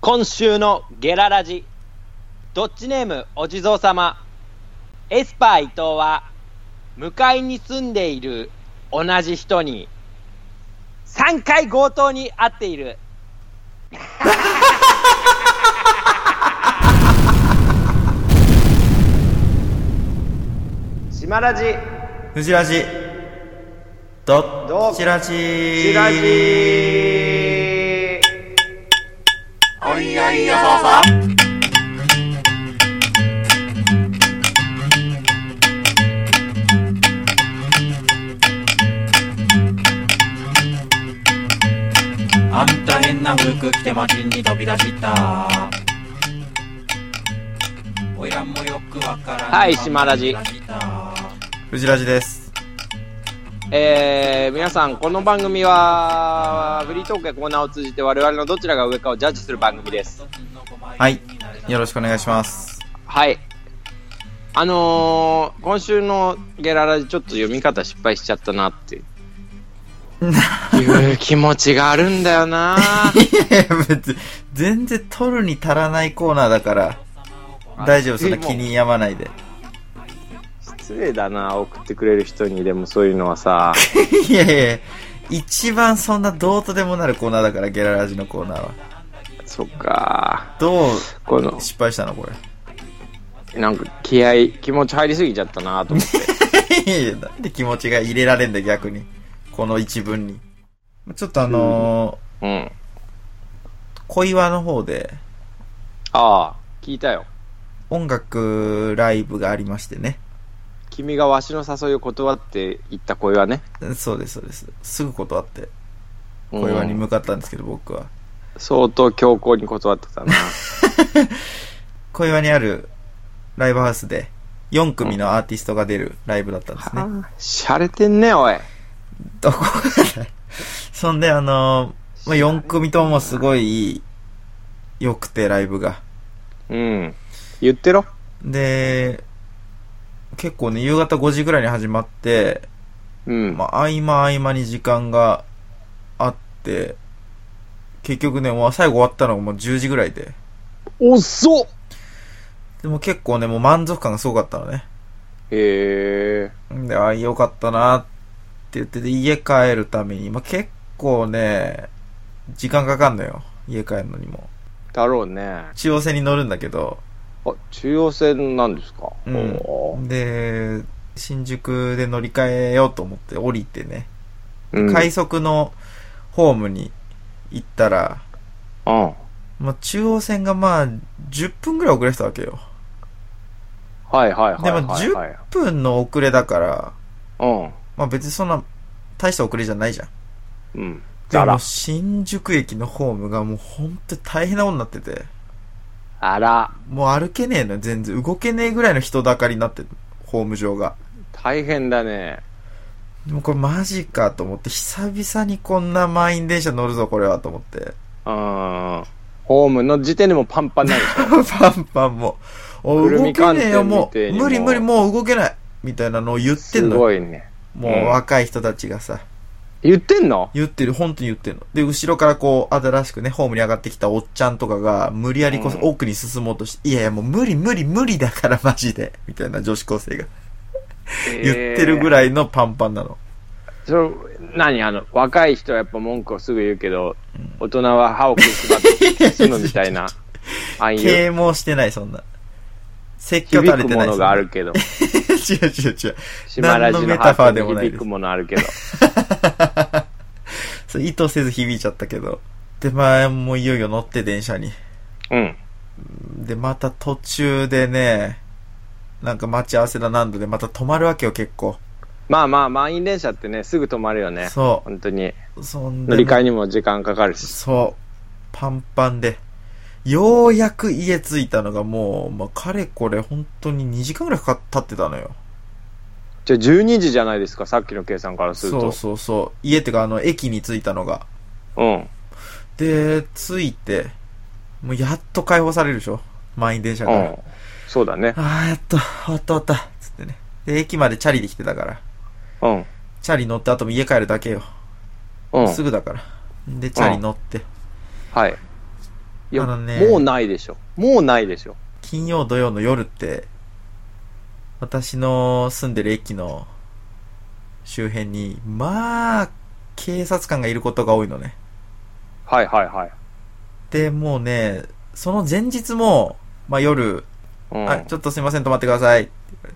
今週のゲララジどっちネームお地蔵様エスパー伊藤は向かいに住んでいる同じ人に3回強盗に遭っているシマラジフジラジどっちラジおいやいやささあんた変な服着て街に飛び出したおいらもよくわからんはいシマラジフジラジですえー皆さんこの番組はフリートークやコーナーを通じて我々のどちらが上かをジャッジする番組ですはいよろしくお願いしますはい。あのー今週のゲララでちょっと読み方失敗しちゃったなっていう気持ちがあるんだよ ないやいや別に全然取るに足らないコーナーだから大丈夫そんな気に病まないで失礼だな、送ってくれる人にでもそういうのはさ。いやいやいや一番そんなどうとでもなるコーナーだからゲララジのコーナーはそっか。どこのう、失敗したのこれなんか気合い、気持ち入りすぎちゃったなと思って。いやいやなんで気持ちが入れられんだ逆にこの一文にちょっとあのうん。ー小岩の方でああ、聞いたよ。音楽ライブがありましてね君がわしの誘いを断って言った声はね。そうですそうですすぐ断ってうん小岩に向かったんですけど僕は相当強硬に断ってたな。小岩にあるライブハウスで4組のアーティストが出るライブだったんです ね。しゃれてんね、おい。どこがだ そんであのーまあ、4組ともすごい良くてライブが。うん。言ってろ。で、結構ね、夕方5時ぐらいに始まって、うん。まあ、合間合間に時間があって、結局ね、もう最後終わったのがもう10時ぐらいで。遅っでも結構ね、もう満足感がすごかったのね。へえ。で、あ、よかったなって言ってて、家帰るために、まあ、結構ね、時間かかんのよ。家帰るのにも。だろうね。中央線に乗るんだけど、あ、中央線なんですか。うんおーで、新宿で乗り換えようと思って降りてね、うん。快速のホームに行ったら、うん。まあ、中央線がまあ、10分ぐらい遅れてたわけよ。はいはいはいではもい、はい。 10分の遅れだから、うん。まあ別にそんな、大した遅れじゃないじゃん。うん。であもら。新宿駅のホームがもうほんと大変なことになってて、あら。もう歩けねえのよ全然動けねえぐらいの人だかりになってる、ホーム上が。大変だね。でもこれマジかと思って、久々にこんな満員電車乗るぞこれはと思って。 うん。ホームの時点でもパンパンになるで しょ。パンパンもう、おくる動みけ観ねえ点よもみてえう、にも無理無理もう動けないみたいなのを言ってすんのよ。ごいね。もうんう若い人たちがさ、言ってんの言ってる、本当に言ってるの。で、後ろからこう、新しくね、ホームに上がってきたおっちゃんとかが、無理やりこそうん奥に進もうとして、いやいや、もう無理無理無理だから マジで、みたいな女子高生が言ってるぐい。らいのパンパンなの。それ、何あの、若い人はやっぱ文句をすぐ言うけど、大人は歯を食いしばってすのみた いな。ああいう啓蒙してない、そんな。説教垂響れくてもない。のがあるけど。そんな 違う違う違う。島ラジのハートに響くものあるけど。それ意図せず響いちゃったけど。で、まあ、もういよいよ乗って電車に。うん。で、また途中でね、なんか待ち合わせだ何度で、また止まるわけよ、結構。まあまあ、満員電車ってね、すぐ止まるよね。そ本当に。う。そんで乗り換えにも時間かかるし。そう。パンパンで。ようやく家着いたのがもう、まあ、かれこれ本当に2時間ぐらいかか経ってたのよ。じゃあ12時じゃないですか、さっきの計算からすると。そうそうそう。家ってか、あの、駅に着いたのが。うん。で、着いて、もうやっと解放されるでしょ満員電車うから。ん。そうだね。ああ、やっと、終わった終わった。つってね。で、駅までチャリで来てたから。うん。チャリ乗って後も家帰るだけよ。うん。すぐだから。で、チャリ乗って。はい。いや、あのねもうないでしょ。もうないでしょ。金曜土曜の夜って、私の住んでる駅の周辺に、まあ、警察官がいることが多いのね。はいはいはい。で、もうね、その前日も、まあ夜、うん、あ、ちょっとすいません、止まってください。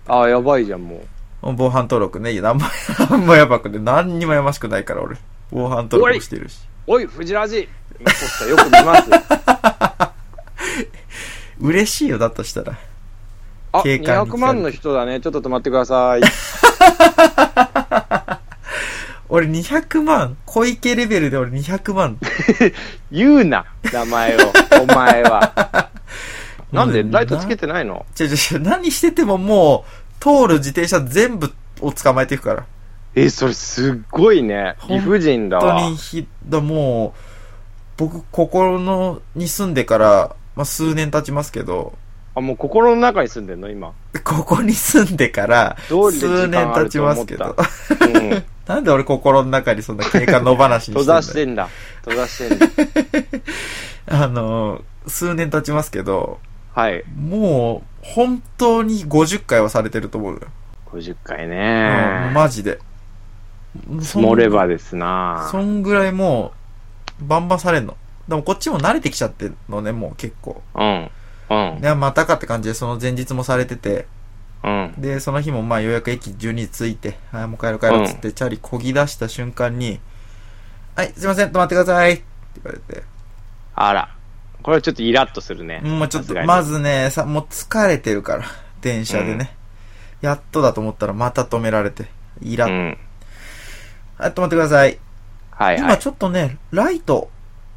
あやばいじゃん、もう。防犯登録ね。いや、なんも、 なんもやばくね。何にもやましくないから、俺。防犯登録してるし。おい、藤ラジポスターよく見ます。嬉しいよ、だとしたら。あ、警官に聞かれて200万の人だね。ちょっと止まってください。俺200万、小池レベルで俺200万。言うな、名前を。お前は。 なんでもうライトつけてないのちょちょちょ、何しててももう、通る自転車全部を捕まえていくから。え、それすっごいね。理不尽だ本わ当に。ひど、もう、僕、ここの、に住んでから、まあ、数年経ちますけど、あ、もう心の中に住んでんの今。ここに住んでから、どうりで数時年間あ経るちと思まったすけど。うん。なんで俺心の中にそんな経過野放しに閉 してんだざよしてんだ。閉ざしてんだ。あの、数年経ちますけど、はい。もう、本当に50回はされてると思うのよ。 50回うんね。マジで。積もればばですなそんぐらいもう、バンバンされんの。でもこっちも慣れてきちゃってんのね、もう結構。うん。うん。で、またかって感じで、その前日もされてて、うん。で、その日もまあようやく駅12時着いて、あーもう帰ろう帰ろうっつって、チャリこぎ出した瞬間に、はい、すいません、止まってくださいって言われて。あら。これはちょっとイラッとするね。もうちょっさとすが、にまずね、さ、もう疲れてるから、電車でね。やっとだと思ったらまた止められて、イうラッ。ん。はい、止まってください。はいは今い。ちょっとね、ライト、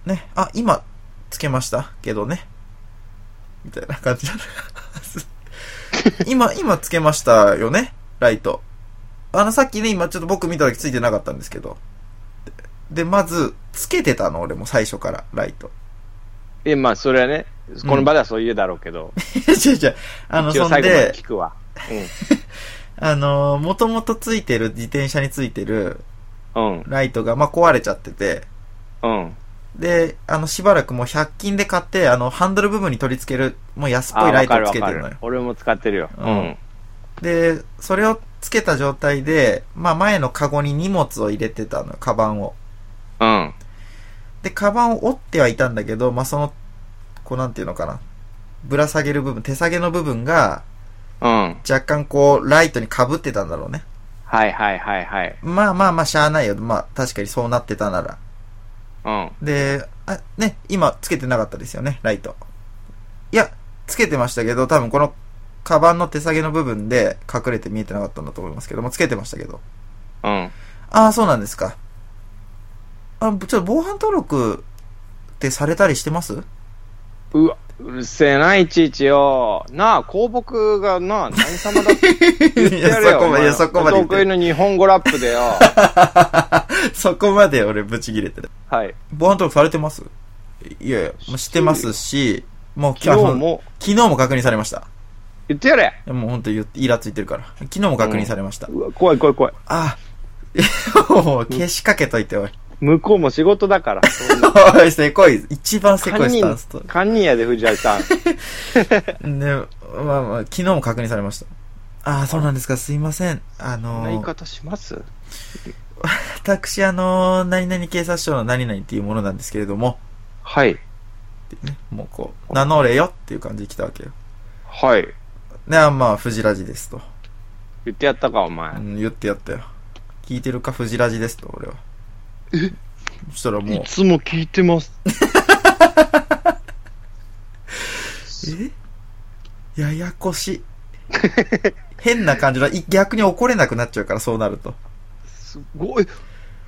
ね、あ、今、つけましたけどね。みたいな感じだな今、今つけましたよねライト。あの、さっきね、今ちょっと僕見た時ついてなかったんですけど。で、でまず、つけてたの、俺も最初から、ライト。 え、まあ、それはね、この場ではそう言うだろうけど、いや違う違う。あの、一そ応ん最後までで、聞くわ。あの、もともとついてる、自転車についてるうん。うん。ライトが、まあ、壊れちゃってて、うん。で、あの、しばらくもう100均で買って、あの、ハンドル部分に取り付ける、もう安っあぽいライわトかをるつわけてかるのよる。。俺も使ってるよ。ううんん。で、それをつけた状態で、まあ前のカゴに荷物を入れてたの、カバンを。うん。で、カバンを折ってはいたんだけど、まあその、こうなんていうのかな。ぶら下げる部分、手下げの部分が、うん。若干こう、ライトに被ってたんだろうね。はいはいはいはい。まあまあまあ、しゃあないよ。まあ確かにそうなってたなら。うん。で、あ、ね、今つけてなかったですよね、ライト。いや、つけてましたけど、多分この、カバンの手下げの部分で隠れて見えてなかったんだと思いますけども、つけてましたけど。うん。ああ、そうなんですか。あ、ちょっと防犯登録ってされたりしてますうわ、うるせえな、いちいちよ。なあ、公僕がなあ、何様だって言って いやや、れよ。そこおまで、い前や、そこまでお得意言っの日本語ラップでよ。て。そこまで俺ぶち切れてる。 はい。防犯登録されてますいやいや、もう知ってますし、もう昨日あのも昨日も確認されました。言ってやれ。いやもう本当にイラついてるから。昨日も確認されました。うわ、怖い怖い怖い。あ あ、もう消しかけといて、おい。向こうも仕事だ から。そんなおい、せこい、一番せこ堪いスタ忍ンスと。、堪忍やで、藤井さん。で、まあまあ、昨日も確認されました。ああ、そうなんですか、すいません。あそんのなー言い方します私、あの、何々警察署の何々っていうものなんですけれども、はい。っていうね、もうこう、名乗れよっていう感じで来たわけよ。はい。で、あまあ、藤ラジですと。言ってやったか、おう前。ん、言ってやったよ。聞いてるか、藤ラジですと、俺は。そしたらもう、つも聞いてます。えややこしい。変な感じの、い逆に怒れなくなっちゃうから、そうなると。すごい。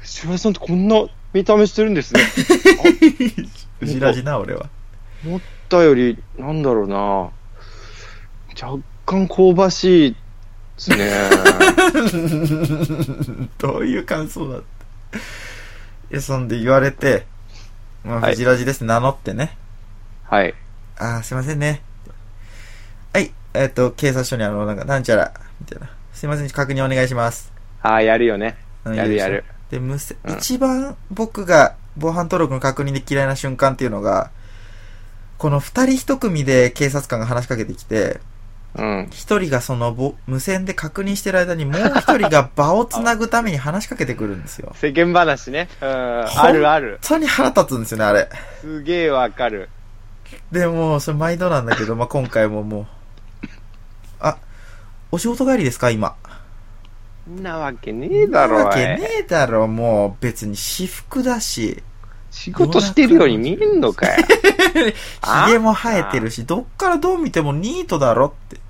渋井さんってこんな見た目してるん ですね。藤ラジな、俺は。思ったより、なんだろうな。若干香ばしいですね。 どういう感想だって。いや、そんで言われて、まあ、はい藤ラジですって名乗ってね。はい。あー、すいませんね。はい、えっ、と、警察署にあの、なんか、なんちゃら、みたいな。すいません、確認お願いします。ああ、やるよね。うんやるや。いいでるし。ょで、無線、うん一番僕が防犯登録の確認で嫌いな瞬間っていうのが、この二人一組で警察官が話しかけてきて、うん。一人がそのぼ無線で確認してる間にもう一 人が場をつなぐために話しかけてくるんですよ。世間話ね。うん。あるある。本当に腹立つんですよね、あれ。すげえわかる。でも、それ毎度なんだけど、まあ、今回ももう。あ、お仕事帰りですか、今。そんなわけねえだろ、なわけおいねえだろ、もう。別に私服だし、仕事してるように見えんのかい。あ髭も生えてるし、どっからどう見てもニートだろって。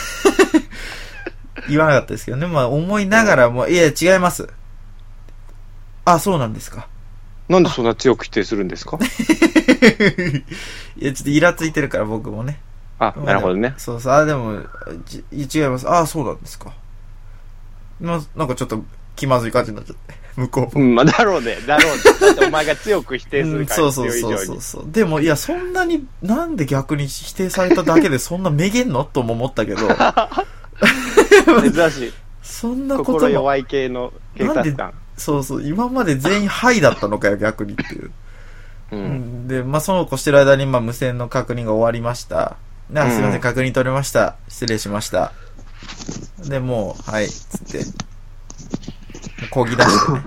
言わなかったですけどね。まあ、思いながらも、いや、違います。あ、そうなんで すか。なんでそんな強く否定するんです かいや、ちょっとイラついてるから、僕もね。あ、なるほどね。そうそう、あ、でも、じ違います。あ、そうなんですか。ななんかちょっと気まずい感じになっちゃって、向こううも。ん、まあ、だろうね。だろうね。だってお前が強く否定すうるんかそらう必そ要う以そう上そうに。そう。でも、いや、そんなに、なんで逆に否定されただけでそんなめげんのとも思ったけど、珍しい。そんなこと心も、弱い系の警察官。そうそう、今まで全員はいだったの かよ、逆にっていう。う。うんん、で、まあ、その子してる間に、まあ、無線の確認が終わりました。であすいまうんせん、確認取れました。失礼しました。で、もう、はい、つって、こぎ出し て、ね。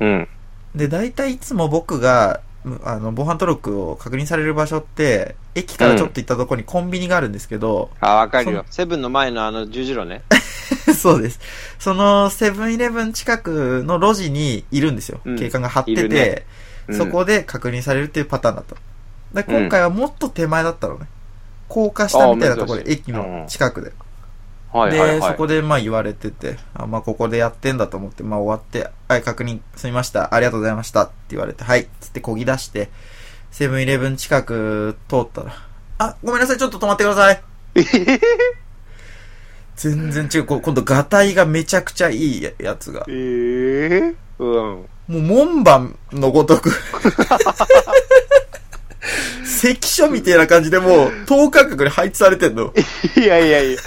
うん。で、大体いつも僕が、むあの、防犯登録を確認される場所って、駅からちょっと行ったとこにコンビニがあるんですけど、 あ、わかるよそ。セブンの前のあの十字路ね。そうです。その、セブンイレブン近くの路地にいるんですよ。うん警官が張っていて、るねうん そこで確認されるっていうパターンだった。で、うん今回はもっと手前だったのね。高架下みたいなところあで、珍しい駅の近くで。はいはいで、はそい。こでまあ言われてて、あ、まあここでやってんだと思って、まあ終わって、はい、確認済みました。ありがとうございました。って言われて、はい、つってこぎ出して、セブンイレブン近く通ったら、あ、ごめんなさい、ちょっと止まってく ださい。全然違う。こ今度、ガタイがめちゃくちゃいいややつがえ。えうん。 もう門番のごとく 関所みたいな感じでもう、等間隔に配置されてんの。いやいやいや。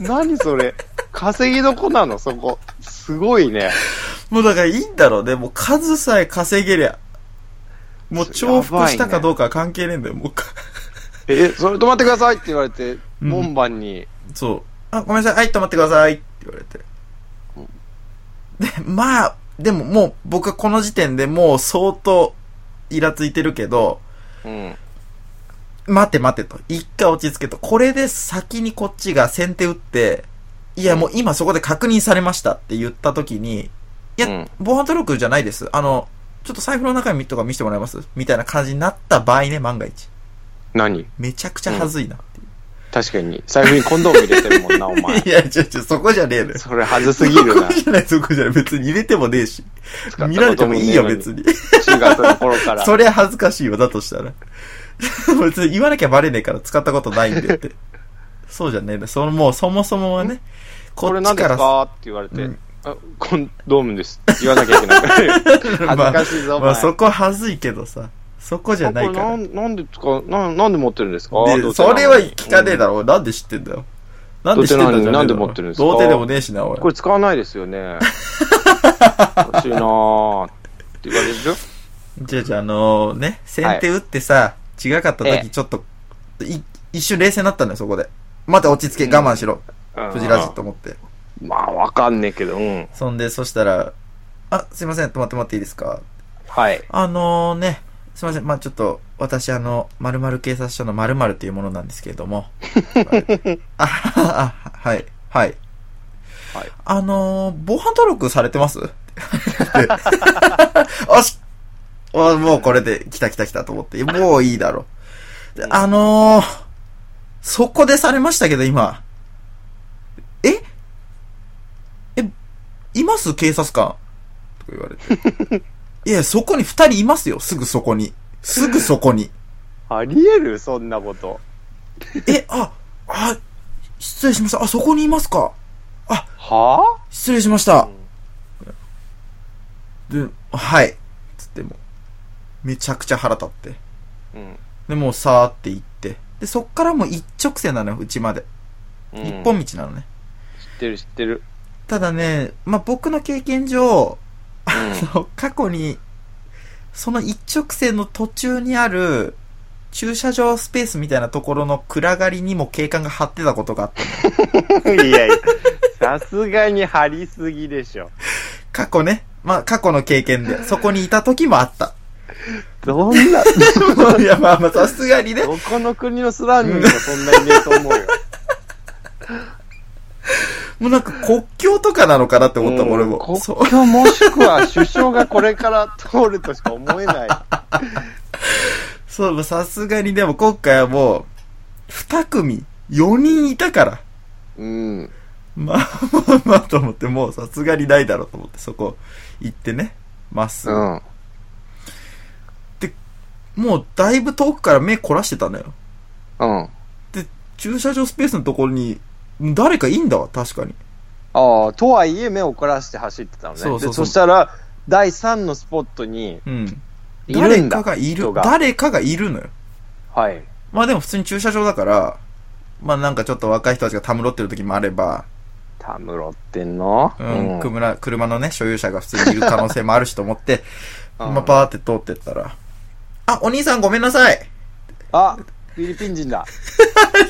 何それ。稼ぎどこなのそこ。すごいね。もうだからいいんだろうね。もう数さえ稼げりゃ。もう重複したかどうかは関係ねえんだよ。もうか、え、それ止まってくださいって言われて、うん門番に。そう。あ、ごめんなさい。はい、止まってください。って言われて。で、まあ、でももう僕はこの時点でもう相当イラついてるけど、うん。待て待てと。一回落ち着けと。これで先にこっちが先手打って、いやもう今そこで確認されましたって言った時に、いや、うん防犯登録じゃないです。あの、ちょっと財布の中身とか見せてもらえますみたいな感じになった場合ね、万が一。何めちゃくちゃ恥ずいな。。確かに。財布にコンドーム入れてるもんな、お前いや、ちょ、ちょ、そこじゃねえのよ。それ外すぎるなそこ。じゃない、そこじゃない。別に入れてもねえし。 見られてもいいよ、別に。中学の頃から。それは恥ずかしいわ、だとしたら。 別に言わなきゃバレねえから使ったことないんでって。そうじゃねえんだ。その、もうそもそもはね、ここれっ何ちでかすら、かって言われて、うんあコンドームですって言わなきゃいけ ないから恥ずまあかしいぞ、お前まあそこ恥ずいけどさ、そこじゃあこなれいからな。んなんで使うななんで持ってるんですかどで、うせなそのれは聞かねえだろ。なんで知ってんだよ。なんで知ってんだどうせなのによ。なんで持ってるんですか童貞でもねえしな、おうんこい。れ使わないですよね欲しいなーって言われるよじゃあじゃあ、あのね、先手打ってさ、違かったええ時ちょっと、い一瞬冷静になったのよ、そこで。待て、落ち着け、我慢しろ。うんフジラジと思って。まあわかんねえけどうんそんで、そしたら、あ、すいません、止まってもらっていいですかはいあのね、すいません、まあちょっと、私あの、〇〇警察署の〇〇というものなんですけれ ども。あ、あはい、ははい。いあのー、防犯登録されてます ってよしおもうこれで、来た来た来たと思って、もういいだろう。であのー、そこでされましたけど、今。ええ、います警察官とか言われて。いや、そこに二人いますよ。すぐそこに。すぐそ こに。ありえるそんなことえ、あ、あ、失礼しました。あ、そこにいますか。は失礼しました。で、はい。つってもう、めちゃくちゃ腹立って。あ、うんで、もうさーって行って。で、そっからもう一直線なのよ、うちまで。うん一本道なのね。知ってる知ってる、ただね、まあ、僕の経験上、うんその過去に、その一直線の途中にある、駐車場スペースみたいなところの暗がりにも警官が張ってたことがあって、 いやいや、さすがに張りすぎでしょ。過去ね、まあ過去の経験で、そこにいた時もあった。 どんな、いやまあまあさすがにね、どこの国のスラムにもそんなにねえと思うよ。もうなんか国境とかなのかなって思った、俺うんも。国そう境もしくは首相がこれから通るとしか思え ない。そう、まあさすがにでも今回はもう、二組、四人いたから、うん。まあ まあまあと思って、もうさすがにないだろうと思って、そこ行ってね、まっすうぐ。ん。もうだいぶ遠くから目凝らしてたのよ。うん。駐車場スペースのところに、誰かいいんだわ、確かに。ああ、とはいえ目を凝らして走ってたのね。そうそうそうでそしたら、第3のスポットにうん。いる誰んだ。かがいる人、が誰かがいるのよ。はい。まあでも普通に駐車場だから、まあなんかちょっと若い人たちがたむろってる時もあれば、たむろってんのうん、車車のね、所有者が普通にいる可能性もあるしと思って、うんまあバーって通ってったら、あ、お兄さんごめんなさい あ、フィリピン人だ。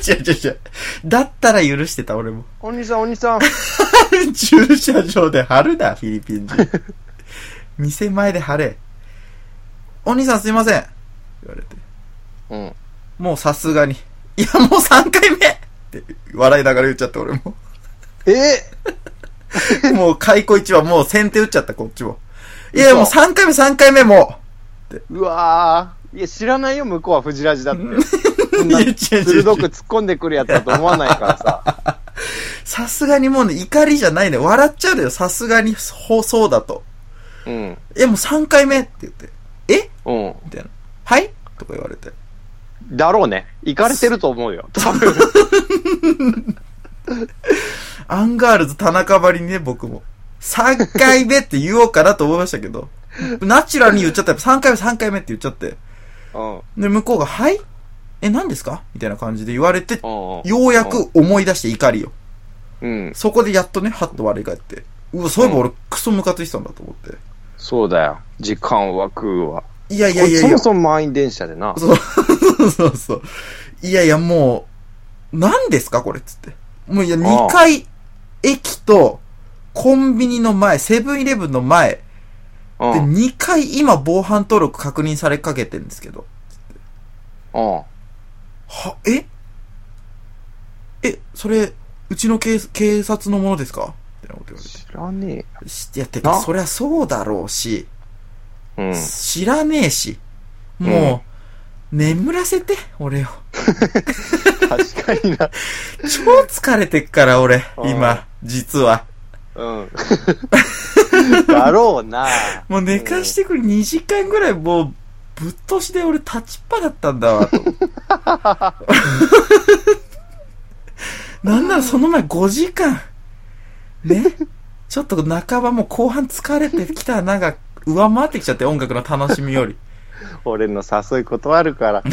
違う違う違う。だったら許してた、俺も。 お兄さん、お兄さん。駐車場で貼るな、フィリ ピン人。店前で貼れ。お兄さんすいません。言われて。うん。もうさすがに。いや、もう3回目って笑いながら言っちゃって、俺も。え もう開口一番もう先手打っちゃった、こっちも。いや、もう3回目、3回目もうわー。いや、知らないよ、向こうは藤ラジだって。そんう。 ないや違う違う違う鋭く突っ込んでくるやつだと思わないからさ。さすがにもうね、怒りじゃないね。笑っちゃうのよ、さすがに、そう、そうだと。うん。いや、もう3回目って言って。えうん。みたいな。はいとか言われて。だろうね。行かれてると思う よ。多分。アンガールズ田中ばりにね、僕も。3回目って言おうかなと思いましたけど。ナチュラルに言っちゃった。やっぱ3回目、3回目って言っちゃって。うん。で、向こうが、はいえ、何ですかみたいな感じで言われて、うん。ようやく思い出して怒りを。うん。そこでやっとね、はっと笑い返って。うわ、そういえば俺、クソムカついてたんだと思って。そうだよ。時間は食うわ。いやいやいやそいや。もそそも満員電車でな。う、そうそうそう。いやいや、もう、何ですかこれっつって。もういや、2階、駅と、コンビニの前、セブンイレブンの前、うん。うで、ん。 2回今防犯登録確認されかけてんですけど。は、ええ、それ、うちの警警察のものですかみたいなこと言われ知らねて。しいや、てか、なそりゃそうだろうし、えよ。知らねえし、もう、眠らせて、俺うを。ん。確かに な。超疲れてっから、俺、 あー今、実は。うん。 だろうな。もう寝かしてくる2時間ぐらい、もう、ぶっ通しで俺立ちっぱだったん だわ、と。なんならその前5時間。ね。ちょっと半ばもう後半疲れてきたなんか上回ってきちゃって、音楽の楽し みより。俺の誘い断るから。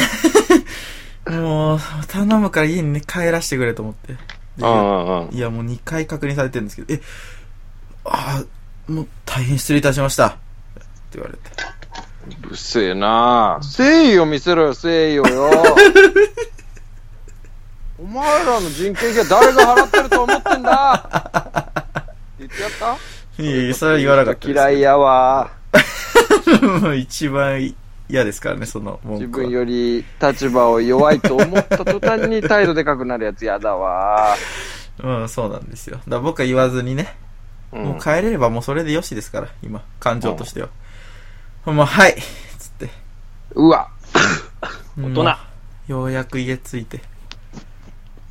もう、頼むから家にね、帰らせてくれと思って。でうんうん。いや、もう2回確認されてるんですけど、え、ああ、もう大変失礼いたしました。って言われて。うっせえな誠意を見せろよ、誠意を よ。お前らの人件費は誰が払ってると思ってんだ 言ってやったいやいや、それは言わなかったです嫌いやわ。 もう一番嫌ですからね、その自文句分は。より立場を弱いと思った途端に態度でかくなるやつやだわ。うん、そうなんですよ。だから僕は言わずにね、う。もうん帰れればもうそれでよしですから、今、感情としては。もう、はいつって。うわ。大人ようやく家着いて。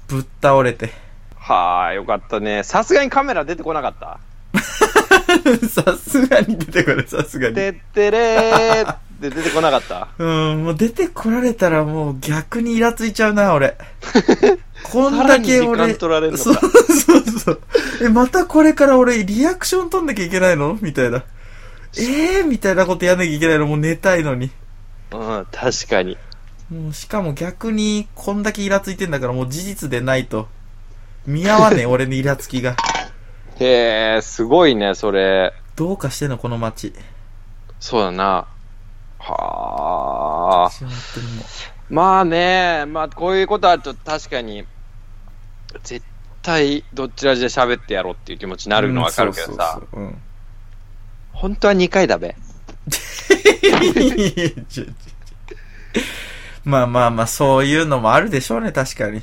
ぶっ倒れて。 はあ、よかったね。さすがにカメラ出てこなかった。さすがに出てこれ、さすがに。てってれ ーって出てこなかった。うん、もう出てこられたらもう逆にイラついちゃう な、俺。こんさらだにけ時俺。間取られるのそうか。そうそう。え、またこれから俺リアクション取んなきゃいけないのみたいな。えー、みたいなことやんなきゃいけないのもう寝たいのに。うん、確かに。もうしかも逆にこんだけイラついてんだからもう事実でないと。見合 わねえ俺のイラつきが。へえ、すごいね、それ。どうかしてんのこの街。そうだな。はああ。しまってるもんまあね、まあこういうことあると確かに、絶対どっちらじで喋ってやろうっていう気持ちになるのわかるけどさ、うんそうそうそううん本当は2回だべ。ちょちょちょ まあまあまあ、そういうのもあるでしょうね、確かに。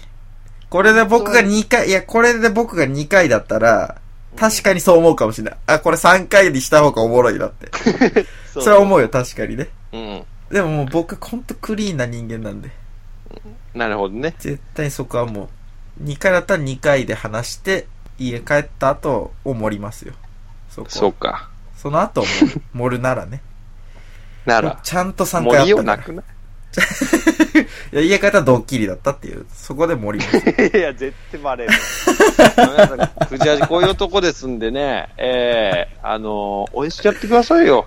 これで僕が2回、いや、これで僕が2回だったら、確かにそう思うかもしれない。あ、これ3回にした方がおもろいなって。そそれは思うよ、確かにね。う。うん。でももう僕、ほんとクリーンな人間なんで。なるほどね。絶対そこはもう、2回だったら2回で話して、家帰った後、を盛りますよ。そこ。そうか。その後も、盛るならね。なもうら、ちゃんと3回あ森ったをからなく ないや、家帰ったらドッキリだったっていう、そこで盛ります。 いいや、絶対バレる。皆さん、藤味こういうとこですんでね、ええあの応援しちゃってくださいよ。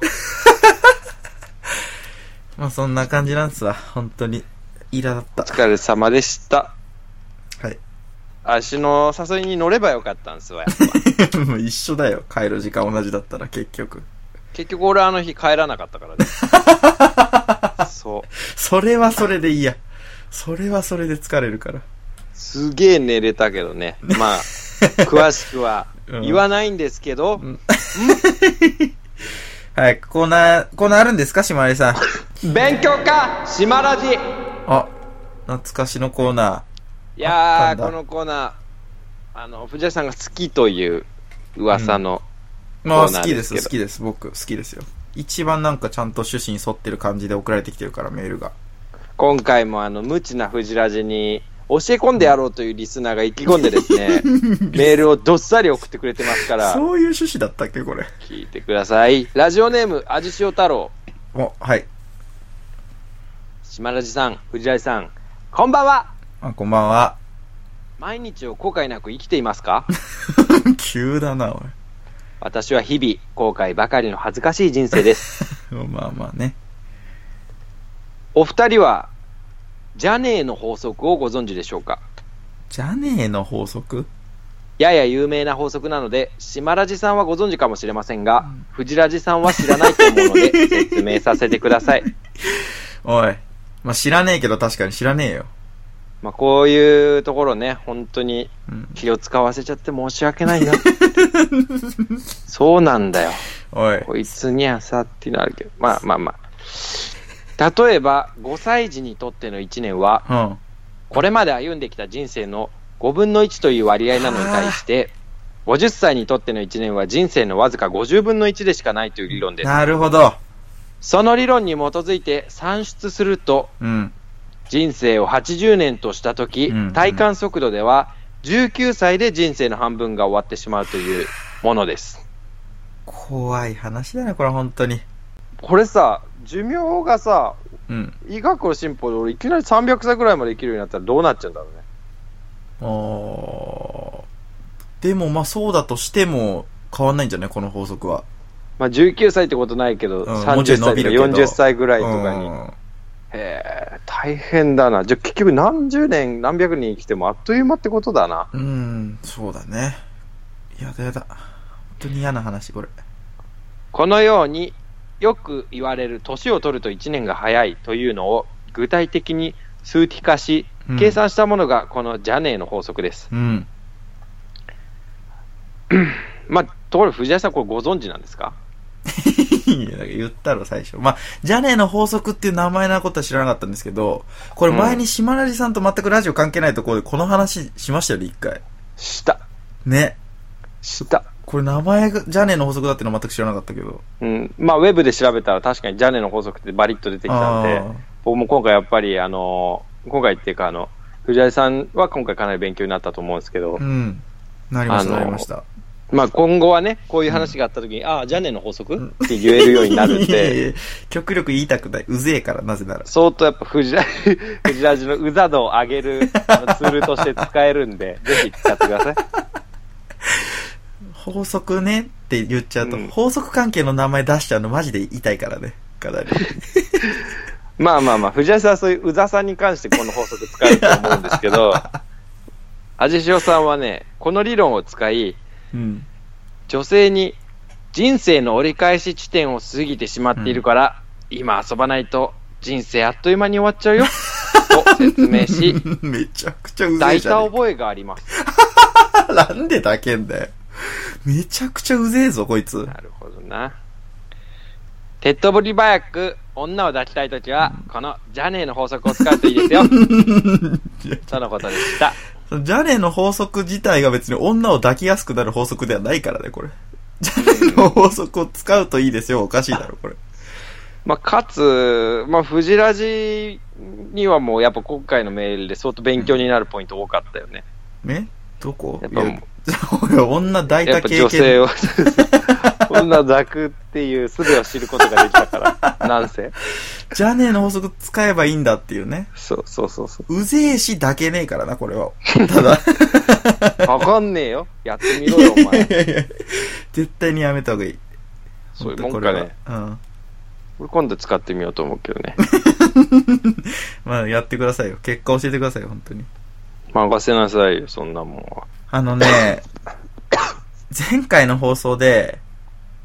まあそんな感じなんですわ。本当に。イラだっおた。疲れ様でした。はい。 足の誘いに乗ればよかったんですわ、やっぱ。もう一緒だよ。帰る時間同じだったら結局。結局俺あの日帰らなかったからね。 そう。それはそれで嫌。それはそれで疲れるから。すげえ寝れたけどね。 まあ、詳しくはうん言わないんですけど、はい、コーナー、コーナーあるんですかしまりさん。勉強か島ラジあ、懐かしのコーナいやあっー、たんだこのコーナー、あの、藤谷さんが好きという噂の、ー。まあコーナ好ーきでですす、け好どきです。僕、好きですよ。一番なんかちゃんと趣旨に沿ってる感じで送られてきてるから、メールが。今回もあの、無知な藤ラジに教え込んでやろうというリスナーが意気込んでです ね、メールをどっさり送ってくれてますから、そういう趣旨だったっけこれ。聞いてください。ラジオネーム、味塩太郎。お、はい。島ラジさん、藤ラジさん、こんばんはあ、こんばんは。 毎日を後悔なく生きていますか急だな、おい私は日々、後悔ばかりの恥ずかしい人生です。。まあまあね。お二人は、ジャネーの法則をご存知でしょうかじゃねえの法則やや有名な法則なので、島ラジさんはご存知かもしれませんが、藤ラジさんは知らないと思うの で、説明させてください。おい。まあ、知らねえけど確かに知らねえよ。まあ、こういうところね、本当にうん。気を使わせちゃって申し訳 ないな。そうなんだよ。おい。こいつにゃさっていうのあるけど、まあまあまあ。例えば、5歳児にとっての1年は、うん。これまで歩んできた人生の5分の1という割合なのに対して、50歳にとっての1年は人生のわずか50分の1でしかないという理論です。なるほど。その理論に基づいて算出すると、うん。人生を80年としたとき、うん体感速度では19歳で人生の半分が終わってしまうというものです。怖い話だな、これ本当に。これさ、寿命がさ、うん。医学の進歩で俺いきなり300歳ぐらいまで生きるようになったらどうなっちゃうんだろうね。おーでもまあそうだとしても変わんないんじゃないこの法則は。まあ19歳ってことないけど、うんもうち30ょい伸歳びとるかけど40歳ぐらいとかに。うんへえ、大変だな。じゃあ結局何十年、何百年生きてもあっという間ってことだな。うん、そうだね。やだやだ。本当に嫌な話、これ。このようによく言われる年を取ると1年が早いというのを具体的に数値化し、うん計算したものがこのジャネーの法則です。うん。まあ、ところで藤井さんこれご存知なんですかいやだから言ったろ、最初。まあ、ジャネーの法則っていう名前なことは知らなかったんですけど、これ前に島ラジさんと全くラジオ関係ないところでこの話しましたよね、一回。した。ね。した。これ名前が、ジャネーの法則だってのは全く知らなかったけど。うん、まあ、ウェブで調べたら確かにジャネの法則ってバリッと出てきたんで、僕も今回やっぱり、あのー今回っていうか、あの、藤井さんは今回かなり勉強になったと思うんですけどあー、うん。なりましあた、のーなりました。まあ今後はね、こういう話があった時に、ああ、ジャネの法則って言えるようになるん いやいやで、いや極力言いたくない。うぜえから、なぜなら。相当やっぱ藤井、 藤井のうざ度を上げるあのツールとして使えるんで、ぜひ使ってください。法則ねって言っちゃうと、うん法則関係の名前出しちゃうのマジで痛いからね。かなり。まあまあまあ、藤井さんはそういううざさに関してこの法則使えると思うんですけ ど、味塩さんはね、この理論を使い、うん。女性に人生の折り返し地点を過ぎてしまっているから、今遊ばないと人生あっという間に終わっちゃうよ、と説明し、 めちゃくちゃうぜ抱えいじゃたね覚えがあります。えか。 なんでだけんだよ。めちゃくちゃうぜえぞ、こいつな。るほどな。手っ取り早く女を抱きたいときは、このジャネーの法則を使うといいですよ。とのことでした。そのジャネの法則自体が別に女を抱きやすくなる法則ではないからね、これ。ジャネの法則を使うといいですよ、おかしいだろ、これ。まあ、かつ、まあ、藤ラジにはもうやっぱ今回のメールで相当勉強になるポイント多かったよね。ねどこやっいぱやもういや女抱いやったぱ経女性験。を、女抱くっていう術を知ることができた から、なんせ。ジャネの法則使えばいいんだっていうね。そうそうそうそう。うぜえし抱けねえからな、こ れは。ただ。わかんねえよ。やってみろよ、お 前。絶対にやめた方がいい。そういう本も当んこれかはね。うん。俺今度使ってみようと思うけどね。まあ、やってくださいよ。結果教えてくださいよ、本当に。任せなさいよ、そんなもんは。あのね、 前回の放送で、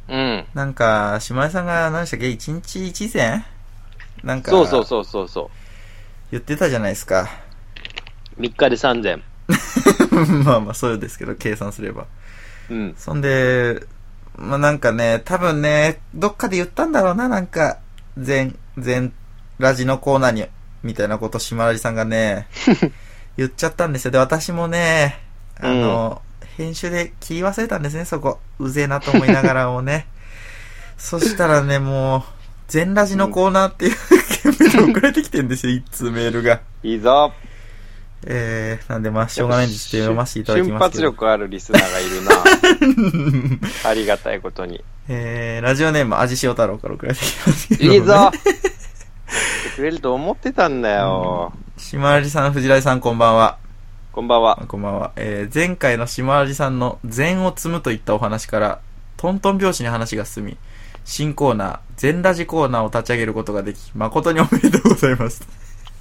うん。なんか、島井さんが何でしたっけ一日一善なんか、そうそうそうそうそ言ってたじゃないですか。 う。3日で3000。まあまあ、そうですけど、計算すれば。うん。そんで、まあなんかね、多分ね、どっかで言ったんだろうな、なんか、全、全、ラジのコーナーに、みたいなこと島ラジさんがね、言っちゃったんですよ。で、私もね、あの、編集で切り忘れたんですね、そこ。うぜえなと思いながらもね。そしたらね、もう、全ラジのコーナーっていうメール送られてきてんですよ、一通メールが。いいぞ。えー、なんでまあ、しょうがないんでちょっと読ませていただきますけ瞬ど。発力あるリスナーがいるな。 ありがたいことに。えー、ラジオネーム、味塩太郎から送られてきますけど、ね。いいぞ。や ってくれると思ってたんだよ。しまわじさん、藤来さん、こんばんは。こんばんは。こんばんは。えー、前回のしまわじさんの禅を積むといったお話から、トントン拍子に話が進み、新コーナー、禅ラジコーナーを立ち上げることができ、誠におめでとうございます。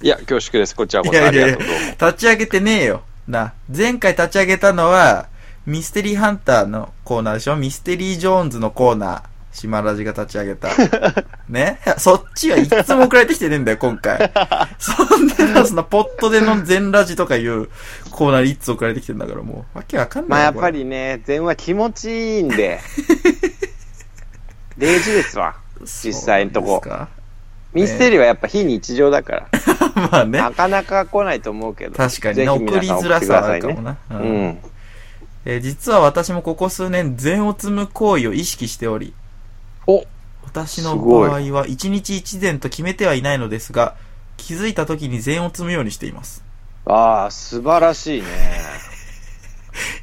いや、恐縮です。こっちはこいそあやいりやいがやとう。どうも。立ち上げてねえよ。な、前回立ち上げたのは、ミステリーハンターのコーナーでしょミステリー・ジョーンズのコーナー。シマラジが立ち 上げた。ねそっちはいつも送られてきてねえんだよ、今回。そんでな、その、ポットでの全ラジとかいうコーナーにいつ送られてきてんだから、もう、わけわかんまなあいやよっこれぱりね、禅は気持ちいいん で。大事ですわ。実際のとこそうなんでミステリーはやっぱ非日常だから。すかまあねな。かなか来ないと思うけど。確かにぜね、ひ送り皆さんづ送らってさはあるくだかさいね。もな。ううんん。えー実は私もここ数年、禅を積む行為を意識しており、お私のすご場合いは1日1善と決めてはいないのですが、気づいた時に善を積むようにしています。ああ、素晴らしいね。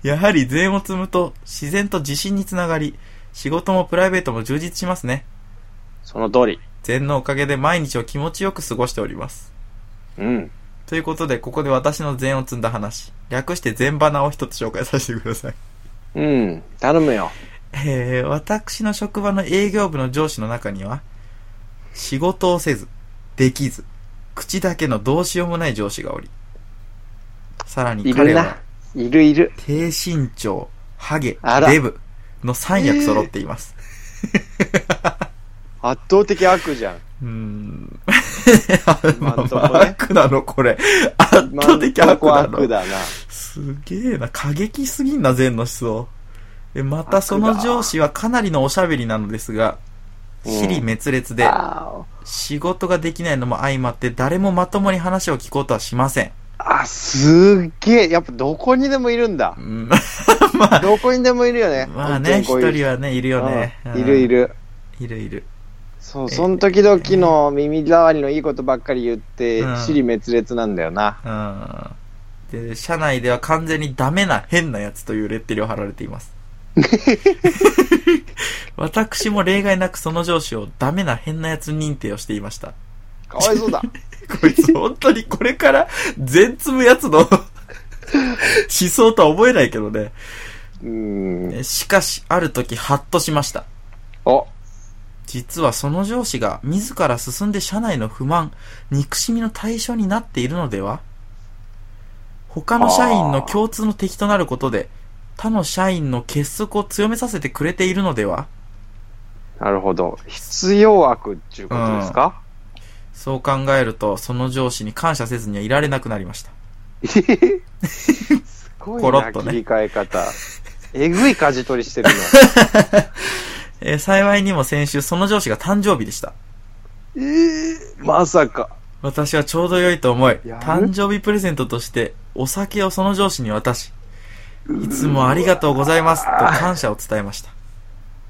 やはり善を積むと自然と自信につながり、仕事もプライベートも充実しますね。その通り。善のおかげで毎日を気持ちよく過ごしております。うん。ということで、ここで私の善を積んだ話、略して善花を一つ紹介させてください。うん。頼むよ。えー私の職場の営業部の上司の中には、仕事をせず、できず、口だけのどうしようもない上司がおり、さらにいる彼なは、。いるいる。低身長、ハゲあ、らデブの三役揃っています。圧倒的悪じゃん。うーん。今んとこねまあ悪なの、これ。圧倒的悪今なんとこ悪の。だな。 すげえな、過激すぎんな、善の思想。えまたその上司はかなりのおしゃべりなのですうが、ん尻滅裂で、あ仕事ができないのも相まって誰もまともに話を聞こうとはしません。ーあ、すっげえ。やっぱどこにでもいるんだう。んどこにでもいるよね。 まあね、本当一にこういう人はね、いるよね。うんいるいる。る。いるいる。そう、その時々の耳障りのいいことばっかり言ってうん、尻滅裂なんだよな。うん。で、社内では完全にダメな変なやつというレッテルを貼られて います。私も例外なくその上司をダメな変なやつ認定をしていました。かわい そうだ。こいつ本当にこれから全積む やつの思想とは思えないけどね。うーん。えしかし、ある時ハッとしました。お、実はその上司が自ら進んで社内の不満、憎しみの対象になっているのでは他の社員の共通の敵となることで、他の社員の結束を強めさせてくれているのではなるほど。必要悪っていうことですかそう考えると、その上司に感謝せずにはいられなくなりました。 すごいコロな、ッとね切り替え方。えぐい舵取りしてる えー幸いにも先週、その上司が誕生日でした。な。えー、まさか。私はちょうど良いと思い、やる誕生日プレゼントとして、お酒をその上司に渡し、いつもありがとうございますと感謝を伝えました。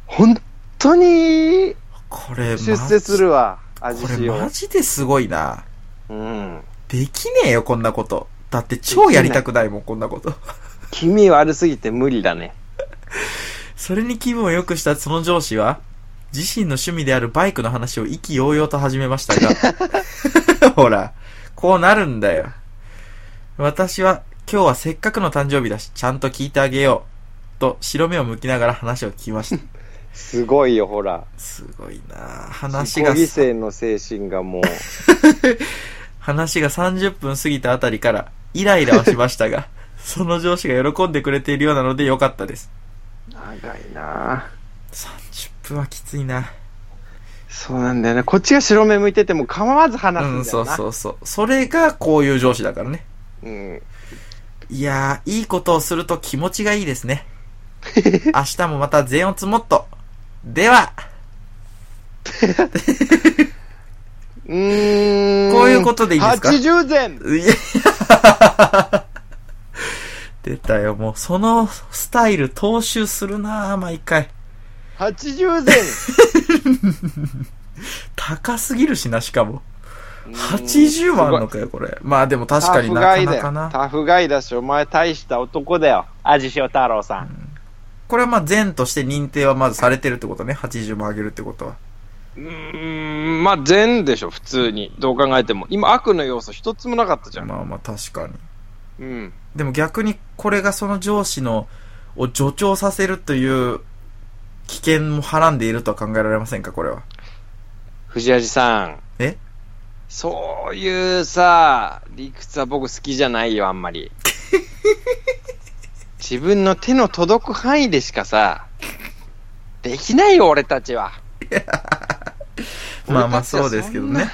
本当にこれ、マジ出世するわ、味これしを。マジですごいな。うん。できねえよ、こんなこと。だって超やりたくないもん、こんなこと。気味悪すぎて無理だね。それに気分を良くしたその上司は、自身の趣味であるバイクの話を意気揚々と始めましたが、ほら、こうなるんだよ。私は、今日はせっかくの誕生日だし、ちゃんと聞いてあげよう。と、白目を向きながら話を聞きました。すごいよ、ほら。すごいなあ自話己が、犠牲の精神がもう。話が30分過ぎたあたりから、イライラはしましたが、その上司が喜んでくれているようなので良かったです。長いな30分はきついな。そうなんだよね。こっちが白目向いてても構わず話すうんん、だそような。そうそう。それがこういう上司だからね。うん。いやー、いいことをすると気持ちがいいですね。明日もまた全音もっと。では、うーん。こういうことでいいですか80前いや 出たよ、もう。そのスタイル踏襲するなー、毎回。 !80 前高すぎるしな、しかも。うん80万のかよ、これ。まあでも確かになかなタかフガイだよな。タフガイだし、お前大した男だよ。味塩太郎さん。これはまあ善として認定はまずされてるってことね。80万上げるってことは。うーん、まあ善でしょ、普通に。どう考えても。今、悪の要素一つもなかったじゃん。まあまあ確かに。うん。でも逆にこれがその上司のを助長させるという危険もはらんでいるとは考えられませんかこれは。藤橋さん。えそういうさ、理屈は僕好きじゃないよ、あんま り。自分の手の届く範囲でしかさ、できないよ、俺たちは。 まあまあそうですけどね。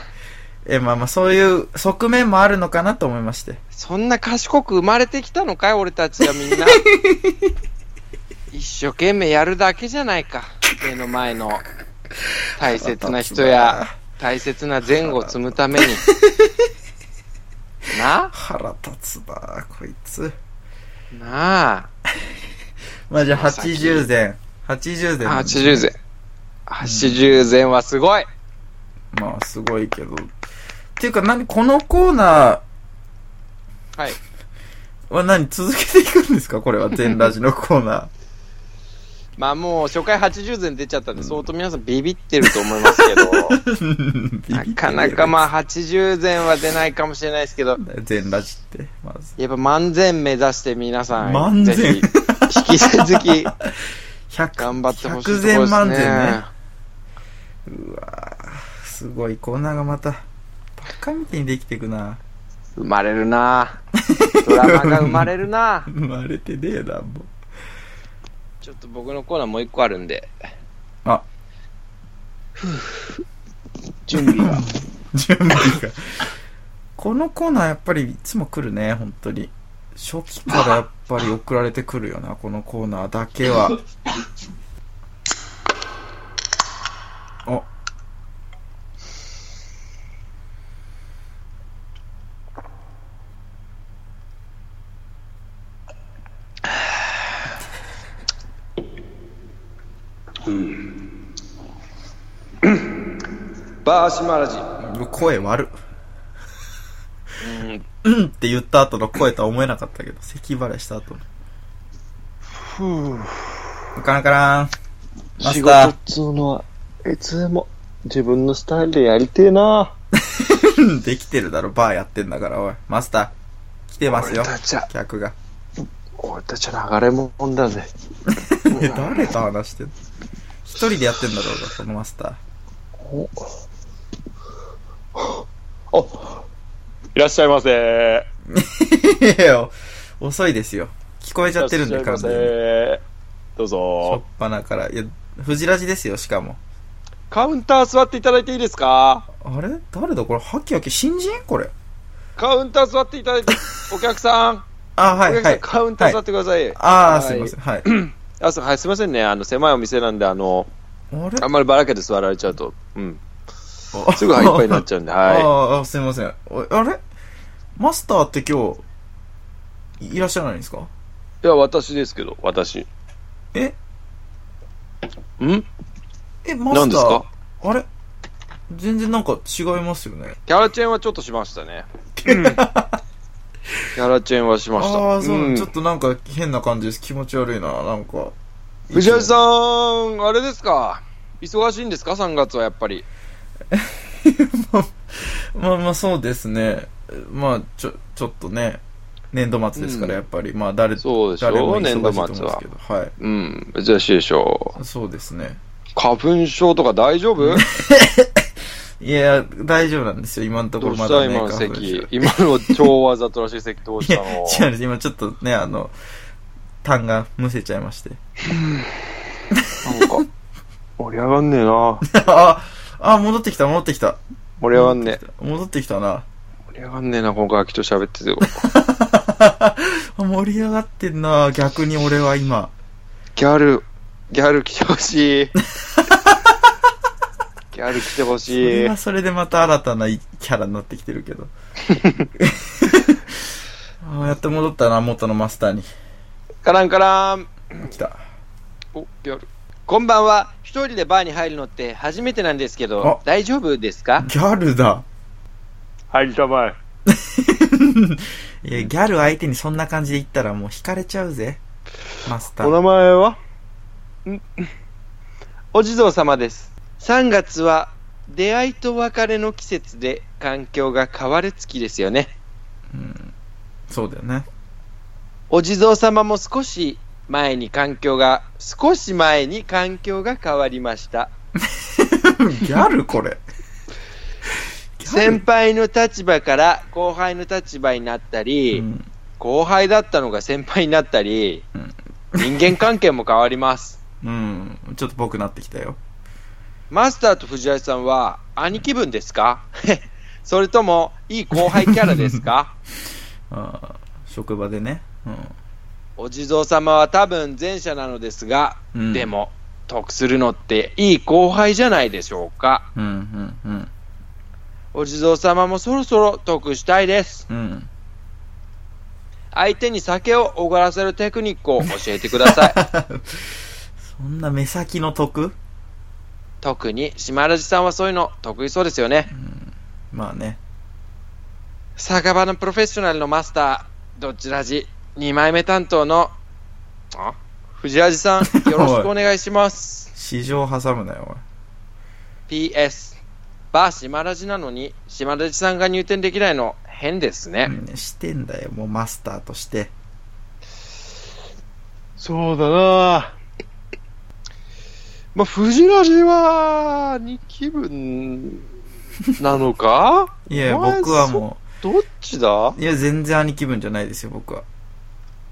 え、まあまあそういう側面もあるのかなと思いまして。そんな賢く生まれてきたのかい俺たちはみん な。一生懸命やるだけじゃないか。目の前の大切な人や大切な前後を積むために。 な腹立つなこいつ。なあ。まあじゃあ80前。80前。 80前。80前はすごい。まあすごいけど。っていうか何このコーナー。はい。は何続けていくんですかこれは全ラジのコーナー。まあもう初回80前出ちゃったんで、相当皆さんビビってると思いますけ ど、 なかなかまあ80前は出ないかもしれないですけど、全ラジって、まず。やっぱ万全目指して皆さん、万全ぜひ引き続き100頑張ってほしいところですね。 100 0万全ね。すごいコーナーがまた、バカみたいにできていくな。生まれるなドラマが生まれるな生まれてねえな、もう。ちょっと僕のコーナーもう一個あるんで。あふぅ。準備が。 準備が。このコーナーやっぱりいつも来るね、本当に。初期からやっぱり送られてくるよな、このコーナーだけは。お。バーシマラジ。声悪っ。うんって言った後の声とは思えなかったけど、咳払いした後の。ふぅ。カランカラン。マスター。つうのは、いつでも自分のスタイルでやりてえなうん できてるだろ、バーやってんだから、おい。マスター、来てますよ俺たちは、客が。俺たちは流れもんだぜ。え、誰と話してんの一人でやってんだろうが、このマスター。いらっしゃいませ。いやいや、遅いですよ。聞こえちゃってるんで、完全に。どうしょっぞ。ぱなから。いや、藤ラジですよ、しかも。カウンター座っていただいていいですかあれ誰だこれ、ハキハキ、新人これ。カウンター座っていただいて、お客さん、あ、おは客い、さはん、い。カウンター座ってください。あはあ、いすいません。はい。あそうはい、すみませんね、あの狭いお店なんで、あのあれあんまりばらけて座られちゃうと、うん、あすぐはいっぱいになっちゃうんで、はああ、すいません。おあれマスターって今日、いらっしゃらないんですかい。いや、私ですけど、私。んええ、マスター。何ですかあれ全然なんか違いますよね。キャラチェンはちょっとしましたね。うんキャラチェンはしました。ああ、そう、うんちょっとなんか変な感じです。気持ち悪いな、なんか。藤原さん、あれですか忙しいんですか ?3 月はやっぱり。まあまあそうですね。まあちょ、ちょっとね、年度末ですかうんらやっぱり、まあ誰、そうでしょ誰も忙しいと年度思うん末ではすけど。はい。うん、珍しいでしょそうですね。う。花粉症とか大丈夫いや、大丈夫なんですよ。今のとこどろうしまただね、今の花粉症席。今の超わざとらしい席どういしたや、の違うんです。今ちょっとね、あの、痰がむせちゃいまして。 なんか、盛り上がんねえな。あ、あ、戻ってきた、戻ってきた。盛り上がんねえ。戻ってきたな。盛り上がんねえな、今回秋と喋っててよ。あ盛り上がってんな、逆に俺は今。ギャル、ギャル来てほ しい。ギャル来てほそしれいは。それでまた新たなキャラになってきてる けど。あーやっと戻ったな、元のマスターに。カランカラン。来た。お、ギャル。こんばんは。一人でバーに入るのって初めてなんですけどあ、大丈夫ですかギャルだ。入りたまえ。いや、ギャル相手にそんな感じで言ったらもう惹かれちゃうぜ。マスタおー。名前はんお地蔵様です。3月は出会いと別れの季節で環境が変わる月ですよね。うん、そうだよね。 お地蔵様も少し前に環境が、少し前に環境が変わりました。ギャル これ。ギャル先輩の立場から後輩の立場になったり、うん後輩だったのが先輩になったり、うん人間関係も変わります。うん。ちょっと僕なってきたよ。マスターと藤井さんは兄貴分ですか それともいい後輩キャラです かあー職場でね。お地蔵様は多分前者なのですが、うん。うん、で。も得するのっていい後輩じゃないでしょうかうん、うん、お地蔵様もそろそろ得したいですうん。うん。相手に酒をおごらせるテクニックを教えてくだ さいそんな目先の得特に島田さんはそういうの得意そうですよねまあね。酒場のプロフェッショナルのマスター、どっちらじ、2枚目担当の、あ藤ラジさん、よろしくお願いします。市場挟むなよ、 PS、バー島ラジなのに、島ラジさんが入店できないの、変ですおい。ね。うんしてんだよ、もうマスターとして。そうだなまあ、藤ラジは、に気分、なのかいや、お前僕はもどっちだ う、いや、全然兄貴分じゃないですよ、僕は。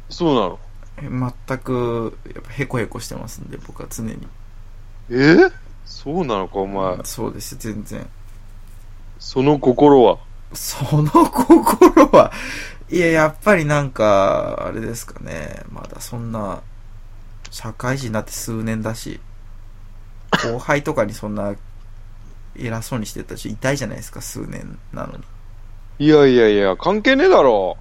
そうなの。え全く、やっぱヘコヘコしてますんで、僕は常に。えそうなのか、お前。そうですよ、全然。その心は。その心は、 いや、やっぱりなんか、あれですかね。まだそんな、社会人になって数年だし、後輩とかにそんな、偉そうにしてたし、痛いじゃないですか、数年なのに。いいやいやいや、関係ねえだろ。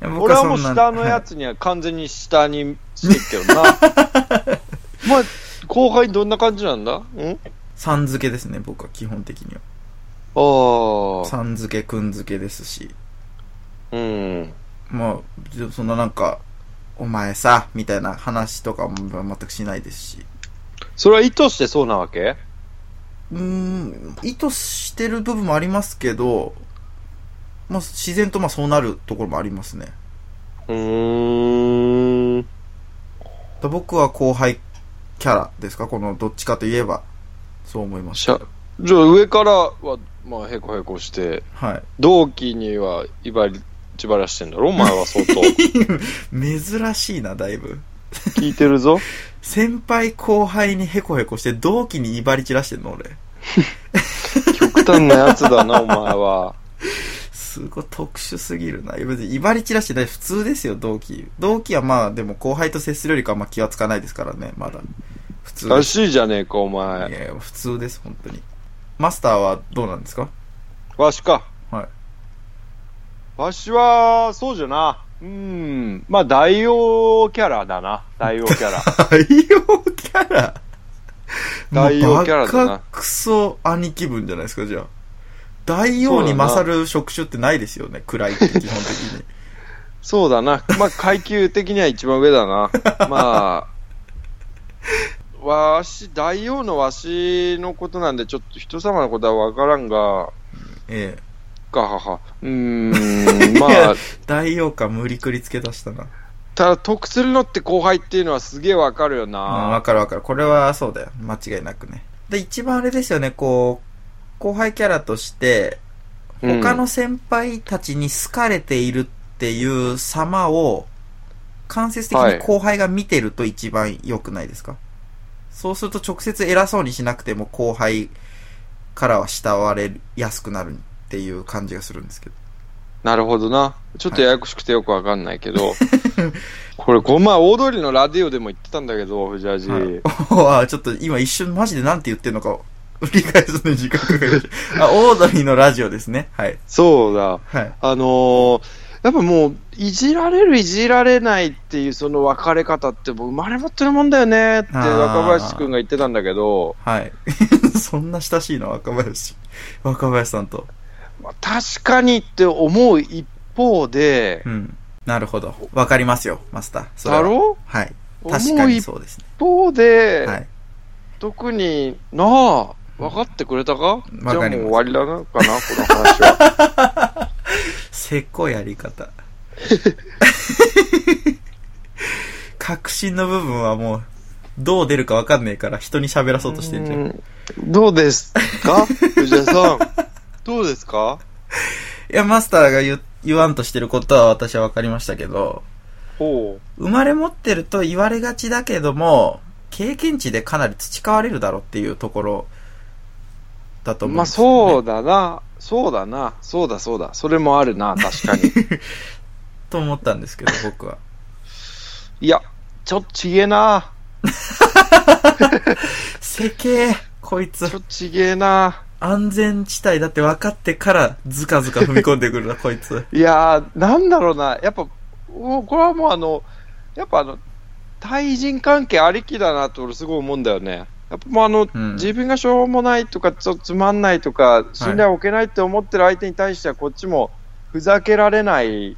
や俺はもうそんな下のやはつには完全に下にして っけどな。まあ、後輩どんな感じなんだんあいさん付けですね、僕は基本的には。あ。さん付け、くん付けですし、うん。まあ、でそんななんか、お前さ、みたいな話とかも全くしないですし。それは意図してそうなわけうーん、意図してる部分もありますけど、まあ、自然とまあそうなるところもありますね。うーん。だ僕は後輩キャラですかこのどっちかといえば、そう思います。しゃ、じゃあ上からは、まあ、へこへこして、はい。同期に は威張り、自腹してんだろお前は相当。珍しいな、だいぶ。聞いてるぞ。先輩後輩にヘコヘコして同期に威張り散らしてんの俺。極端なやつだな、お前は。すごい特殊すぎるな。別に威張り散らしてない。普通ですよ、同期。同期はまあ、でも後輩と接するよりかはまあ気はつかないですからね、まだ。普通らです。しいじゃねえか、おい前。やいや普通です、本当に。マスターはどうなんですかわしか。はい。わしは、そうじゃな。うん。まあ、大王キャラだな。 大王キ ャラ。大王キャラ大王キャラだなもうバカクソ兄貴分じゃないですか、じゃあ。大王に勝る職種ってないですよね、暗いって基本的に。 そうだな。まあ、階級的には一番上だな。 まあ、わし、大王のわしのことなんで、ちょっと人様のことはわからんが、ええ。かはは。う ーん、まあ、大王か無理くり付け出したな。ただ、得するのって後輩っていうのはすげえわかるようんな。わかるわかる。これはそうだよ。間違いなくね。で、一番あれですよね、こう、後輩キャラとして、うん他の先輩たちに好かれているっていう様を、間接的に後輩が見てると一番良くないですか、そうすると直接偉そうにしなくても後輩からは慕われやすくなるっていう感じがするんですけど。なるほどな。ちょっとややこしくてよくわかんないけ ど、これ、この前、大通りのラディオでも言ってたんだけど、藤ジはいー あちょっと今一瞬マジでなんて言ってんのか 理解するのに時間かかりました。あ、オードリーのラジオですね。はい。そうだ。はい。あのーやっぱもう、いじられる、いじられないっていう、その分かれ方って、もう生まれ持ってるもんだよねって、あー若林くんが言ってたんだけど、はい。 そんな親しいの若林。若林さんと。まあ確かにって思う一方でう、ん。なるほど。わかりますよ、マスター。それはだろはい。思確かうに一そうですね。方で、はい。特になあ、分かってくれたかじゃあもわうかりま終すわりだな、かな、この話は。せっこいやり 方。確信の部分はもう、どう出るかわかんねえから人に喋らそうとしてんじゃん。ういんどうですか藤田さん。どうですかや、マスターが言言わんとしてることは私はわかりましたけど、ほう。生まれ持ってると言われがちだけども、経験値でかなり培われるだろうっていうところだと思うんまあですよねそうだな、そうだな、そうだそうだ、それもあるな、確 かに。と思ったんですけど、僕は。いや、ちょっとちげえな、せけえ、こいつちょ。っとちげえな。安全地帯だって分かってから、ずかずか踏み込んでくるな、こいつ。いやー、なんだろうな、やっぱ、おこれはもうあの、やっぱあの、対人関係ありきだなって俺すごい思うんだよね。やっぱもうあの、うん自分がしょうもないとか、ちょっとつまんないとか、信頼を置けないって思ってる相手に対しては、こっちもふざけられない、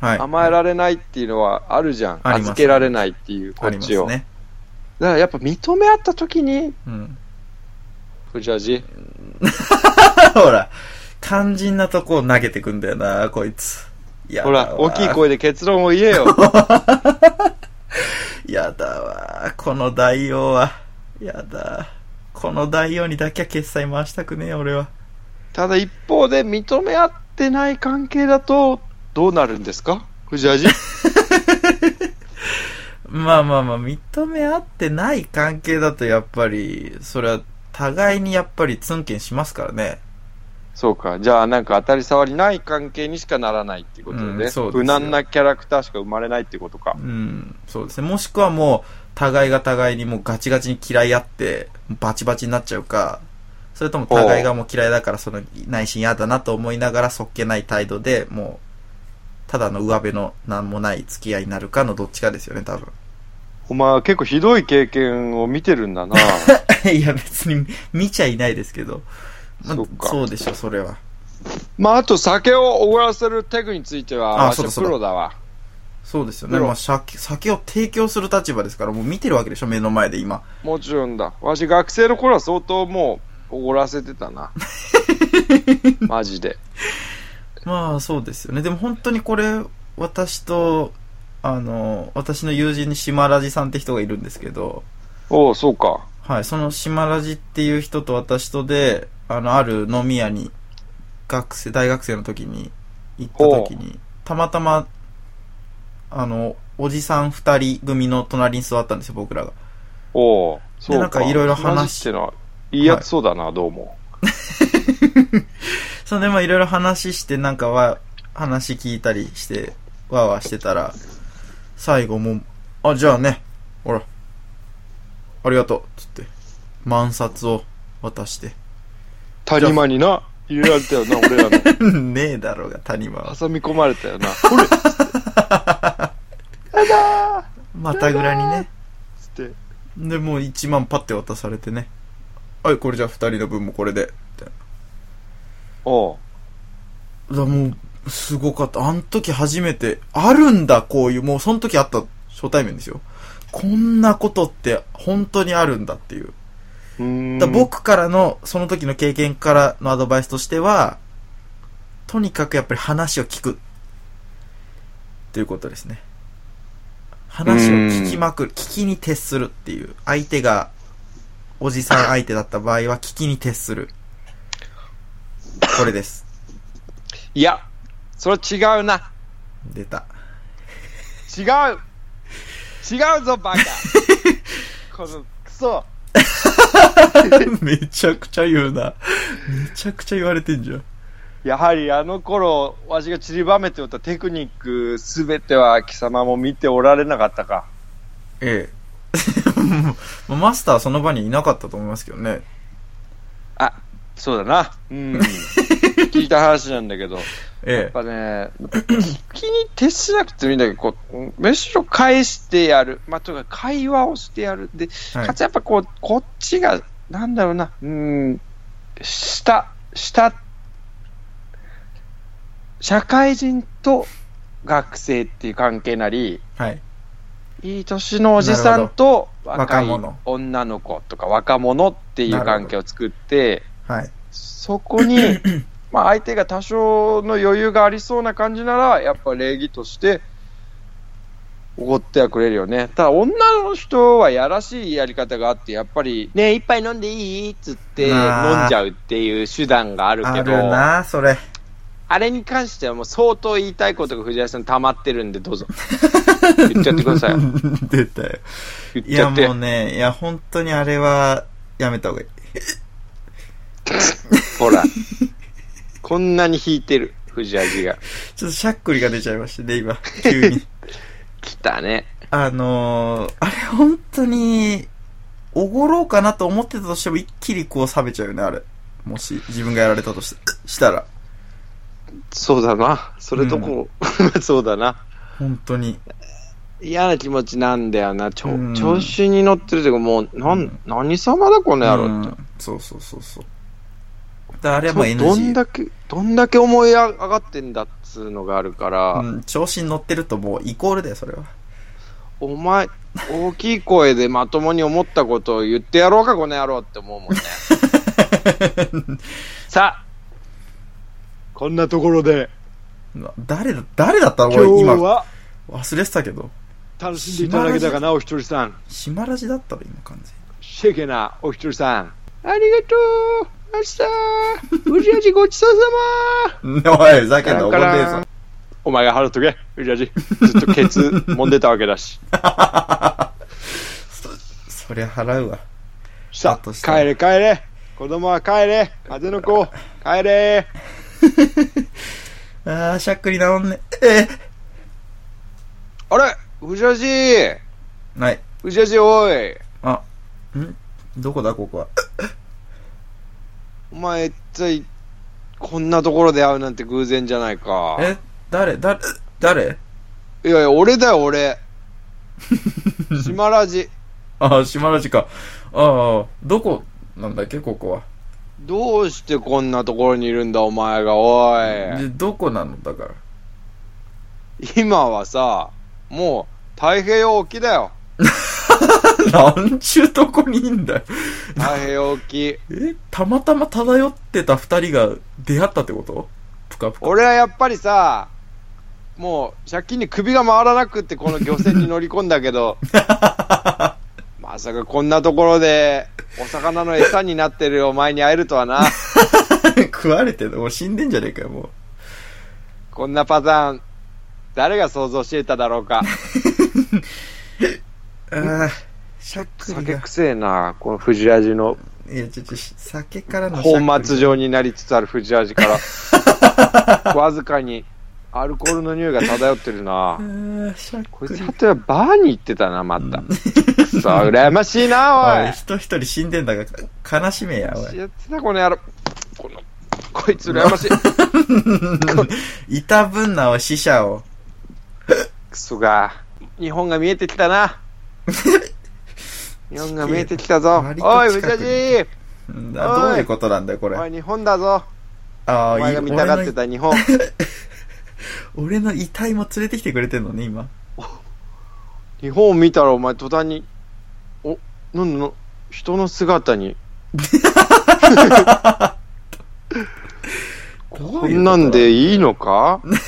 は い。甘えられないっていうのはあるじゃん。あります預けられないっていう、こあっりますちを。ね。だからやっぱ認め合った時に、うん。 藤ラジほら、肝心なとこを投げてくんだよな、こいつ。やだほわら、大きい。声で結論を言え よ。やだわ、この大王は。やだ。この大王にだけは決済回したくねえ、俺は。ただ一方で認め合ってない関係だと、どうなるんですか藤 ラジまあまあまあ、認め合ってない関係だと、やっぱり、それは、互いにやっぱりツンケンしますからね。そうか。じゃあなんか当たり障りない関係にしかならないってことでね。うんそうですよ無難なキャラクターしか生まれないってことかう。ん、そうですね。もしくはもう、互いが互いにもうガチガチに嫌い合って、バチバチになっちゃうか、それとも互いがもう嫌いだから、その内心嫌だなと思いながら、そっけない態度で、もう、ただの上辺の何もない付き合いになるかのどっちかですよね、多分。お前は結構ひどい経験を見てるん だな。 いや、別に見ちゃいないですけど。まあそっ、かそうでしょ、それは。まああと酒をおごらせるテクについては、あわしそうはだそうだプロだわ。そうですよね。でもまあ、酒酒を提供する立場ですから、もう見てるわけでしょ、目の前で今。もちろんだ。わし学生の頃は相当もう、おごらせてた な。マジで。まあそうですよね。でも本当にこれ、私と、あの、私の友人に島ラジさんって人がいるんですけど、おお、そうか。はい、その島ラジっていう人と私とで、あの、ある飲み屋に、学生、大学生の時に行った時に、たまたま、あの、おじさん二人組の隣に座ったんですよ、僕らが。おお、そうか。なんかいろいろ話し同じってのはいいやつそうだな、どうも。それでまあいろいろ話して、なんかは、話聞いたりして、わーわーしてたら、最後もう、あ、じゃあね、ほら、ありがとう、つって、万札を渡して。 谷間にな、入れられた よな、俺らの。ねえだろうが、谷間は。挟み込まれたよな。これっまたぐらにね。つって。で、もう1万パッて渡されてね。はい、これじゃあ2人の分もこれで。みたいなおうだからもう、すごかった。あの時初めて、あるんだ、こういう、もうその時あった初対面ですよ。こんなことって本当にあるんだっていう。うーん。だから僕からの、その時の経験からのアドバイスとしては、とにかくやっぱり話を聞く。っていうことですね。話を聞きまくる。聞きに徹するっていう。相手が、おじさん相手だった場合は聞きに徹する。これです。いや、それは違うな。出 た。違う違うぞ、 バカこの、クソめちゃくちゃ言うな。めちゃくちゃ言われてんじゃん。やはりあの頃、わしが散りばめておったテクニック、すべては貴様も見ておられなかったか。ええ。 もうマスターはその場にいなかったと思いますけどね。あ、そうだな。うん。聞いた話なんだけど、 やえっぱね、聞きに徹しなくてもいいんだけど、こう、むしろ返してやる。まあ、というか会話をしてやる。で、え。はいかつやっぱこう、こっちが、なんだろうな、うーん、下、下、社会人と学生っていう関係なり、はい。いい年のおじさんとるほど若い若者女の子とか若者っていう関係を作って、はい。そこ に、まあ相手が多少の余裕がありそうな感じなら、やっぱ礼儀として、おごってはくれるよね。ただ女の人はやらしいやり方があって、やっぱり、ねえ、一杯飲んでいいっつって飲んじまあゃうっていう手段があるあけるど、あな、そ れ。れに関してはもう相当言いたいことが藤原さん溜まってるんで、どう ぞ。言っちゃってください。出たよ。言っいちやゃって。もうね、いや本当にあれはやめた方がいい。ほら。こんなに引いてる、藤原が。ちょっとしゃっくりが出ちゃいましたね、今。急に。来たね。あのー、あれ本当に、おごろうかなと思ってたとしても一気にこう冷めちゃうよね、あれ。もし自分がやられたとししたら。そうだな。それどこ、 そうだな。本当に。嫌な気持ちなんだよな。ちょうん調子に乗ってるというか、もう、なうんん、何様だ、この野う郎って。んそうそうそうそう。だからあれはもうど NG。どんだけ、どんだけ思い上がってんだっつうのがあるから、うん、調子に乗ってるともうイコールだよ、それは。お前、大きい声でまともに思ったことを言ってやろうか、この野郎って思う もんね。さあ、こんなところで、誰だ、誰だったの今俺日今、は忘れてたけど。楽しんでいただけたかな、お一人さん。島ラジだったの今完全に。シェケな、お一人さん。ありがとう明日うじあじごちそうさま おい、ふざけんな、怒カんねランカえランぞ。お前が払っとけ、うじあじ。ずっとケツ揉んでたわけだし。そりゃ払うわ。さだあ、としたら帰れ帰れ子供は帰れ風の子、帰れあー、しゃっくり直んね。えあれうじあじー、ない。うじあじおいあ、んどこだ、ここは。お前、一体、こんなところで会うなんて偶然じゃないか。え、誰、誰、誰いやいや、俺だよ、 俺。島ラジ。あー、島ラジか。あー、どこなんだっけ、ここは。どうしてこんなところにいるんだ、お前が、おい。で、どこなのだから。今はさ、もう、太平洋沖だよ。 なんちゅうとこにいんだよ。太平洋沖。え、たまたま漂ってた二人が出会ったってことぷかぷか。俺はやっぱりさ、もう、借金に首が回らなくって、この漁船に乗り込んだけど、まさかこんなところで、お魚の餌になってるお前に会えるとはな。 食われてんの俺死んでんじゃねえかよ、もう。こんなパターン、誰が想像していただろうか。ああ、しゃっくり酒が。くせえな、この藤ラジの、いや、ちょ、ちょ、酒からのしゃっくり本末状になりつつある藤ラジから、わずかにアルコールの匂いが漂ってるな。ああ、しゃっこいくつ、り例。えばバーに行ってたな、また。くそ、羨ましいな、おおい、い。人一人死んでんだが、か悲しめや、おい。やってた、この野郎。この、こいつ羨ましい。いたぶんなお死者を。クソが、日本が見えてき たな。日本が見えてきたぞ。割とおい、近藤くラジうんおいどういうことなんだよ、これ。おあ前日本だぞ。おあー、前いが見たがっ俺ての、た日本。俺の遺体も連れてきてくれてんのね、今。日本を見たらお前途端に、お、なんだの、人の 姿に。こんなんでいい のかおい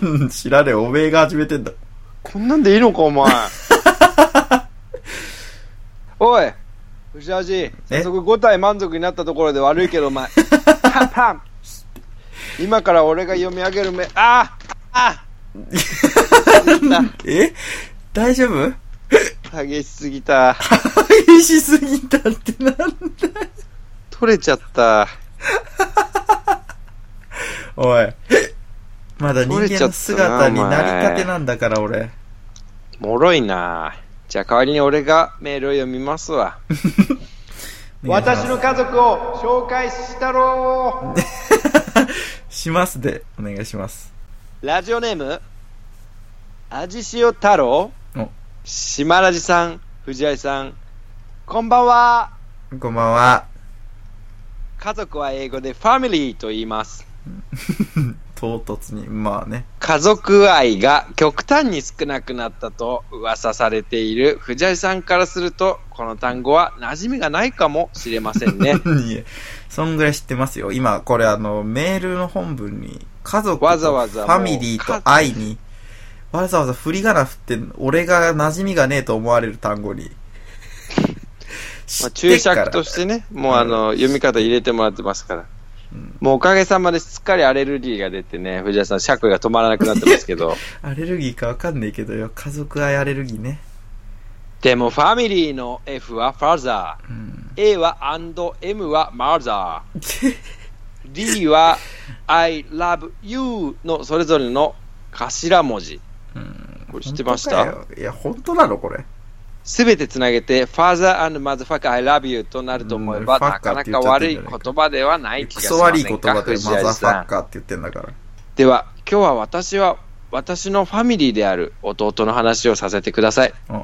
うん知られ、おめえが始めてんだ。こんなんでいいのかお前。 おい、藤ラジ、え早速5体満足になったところで悪いけどお 前。パンパン今から俺が読み上げる目、あああえ大丈夫あ激しすぎた。激しすぎたってなんだ取れちゃった。おい。まだ人間の姿になりたてなんだから、俺。もろいなじゃあ代わりに俺がメールを読みますわ。私の家族を紹介したろうしますで、お願いします。ラジオネーム、あじしお太郎お、しまらじさん、藤井さん、こんばんは。こんばんは。家族は英語でファミリーと言います。唐突に、まあね。家族愛が極端に少なくなったと噂されている藤井さんからすると、この単語は馴染みがないかもしれません ね。いえ、そんぐらい知ってますよ。今、これあの、メールの本文に、家族とわざわざもうファミリーと愛に、わざわざ振り仮名振ってんの、俺が馴染みがねえと思われる単語に。まあ、知って注っから釈としてね、もうあの、読み方入れてもらってますから。もうおかげさまですっかりアレルギーが出てね、藤井さん、尺が止まらなくなってま すけど、アレルギーかわかんねえけどよ。家族愛アレルギーね。でもファミリーの F はファザうー、ん。 A は &M は マザー、D は I love you のそれぞれの頭文字。これ知ってまし本た当かよいや、本当なのこれ。すべてつなげて、Father and Motherfucker I love you となると思えば、うんなかなか悪い言葉ではないク気がしまソ悪せい言ん葉かでマ藤ザ井ーフさんァッカーって言ってんだから。では今日は私は私のファミリーである弟の話をさせてくださいうん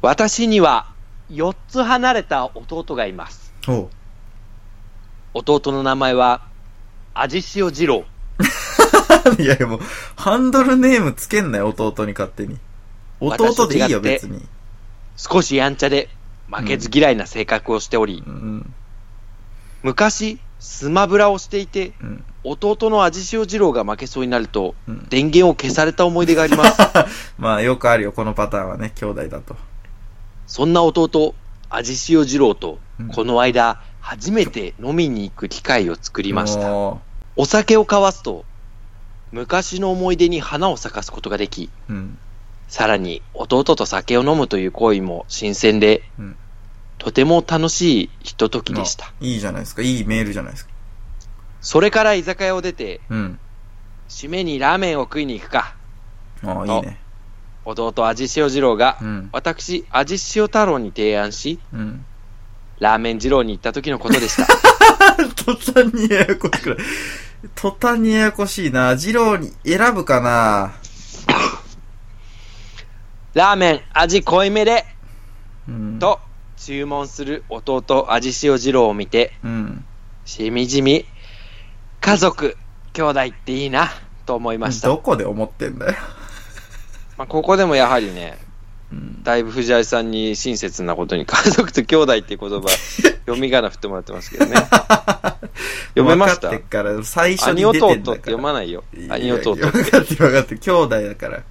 私には4つ離れた弟がいますおう弟の名前は味塩二郎いやいやもう、 ハンドルネームつけんなよ、弟に勝手に。弟でいいよ、私別と違ってに。少しやんちゃで負けず嫌いな性格をしており、うん。昔スマブラをしていてうん。弟の味塩二郎が負けそうになると、うん電源を消された思い出があります まあ、よくあるよ、このパターンはね、兄弟だと。そんな弟味塩二郎とうんこの間初めて飲みに行く機会を作りましたおお酒を交わすと、昔の思い出に花を咲かすことができ、ーうん。さらに弟と酒を飲むという行為も新鮮で、うんとても楽しいひとときでした。いいじゃないですか、いいメールじゃないですか。それから居酒屋を出て、うん。締めにラーメンを食いに行くか。ああ、いいね。弟、味塩二郎が、うん私、味塩太郎に提案し、うん。ラーメン二郎に行った時のこと でした。途端にややこしくない。途端にややこしいな。二郎に選ぶかな。ラーメン、味濃いめで、うん。。と、注文する弟、味塩二郎を見て、うん。しみじみ、家族、兄弟っていいな、と思いました。どこで思ってんだよ。まあ、ここでもやはりね、うん。だいぶ藤井さんに親切なことに、 家族と兄弟っていう言 葉、読み仮名振ってもらってますけどね。読めまし分たかってっから、最初に兄出て弟ってんだから。読まないよい。や兄弟。分かって分かって、兄弟だから。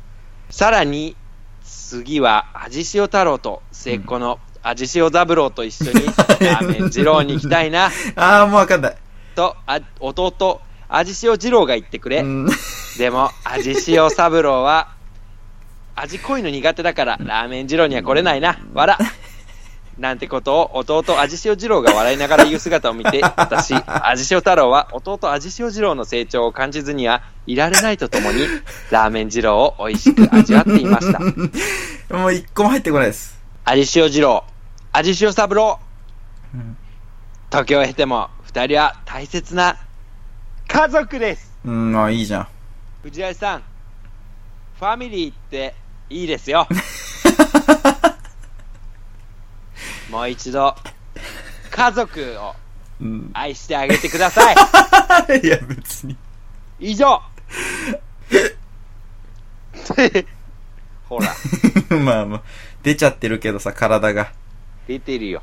さらに、次は、味塩太郎と末っ子の味塩三郎と一 緒に、ラーメン二郎に行きたいな、ああ、もう分かんない。と、あ弟、味塩二郎が言ってくれ、うん。でも、味塩三郎は、味濃いの苦手だから、ラーメン二郎には来れないな。わら。なんてことを弟味塩二郎が笑いながら言う姿を見て、私、味塩太郎は弟味塩二郎の成長を感じずにはいられないとともに、ラーメン二郎を美味しく味わっていました。もう一個も入ってこないです。味塩二郎、味塩三郎、うん時を経ても二人は大切な家族です。うん、まあいいじゃん。藤井さん、ファミリーっていいです よ。もう一度、家族をうん。愛してあげてください。 いや、別に。以上ほら、 まあまあ、出ちゃってるけどさ、体が。出てるよ。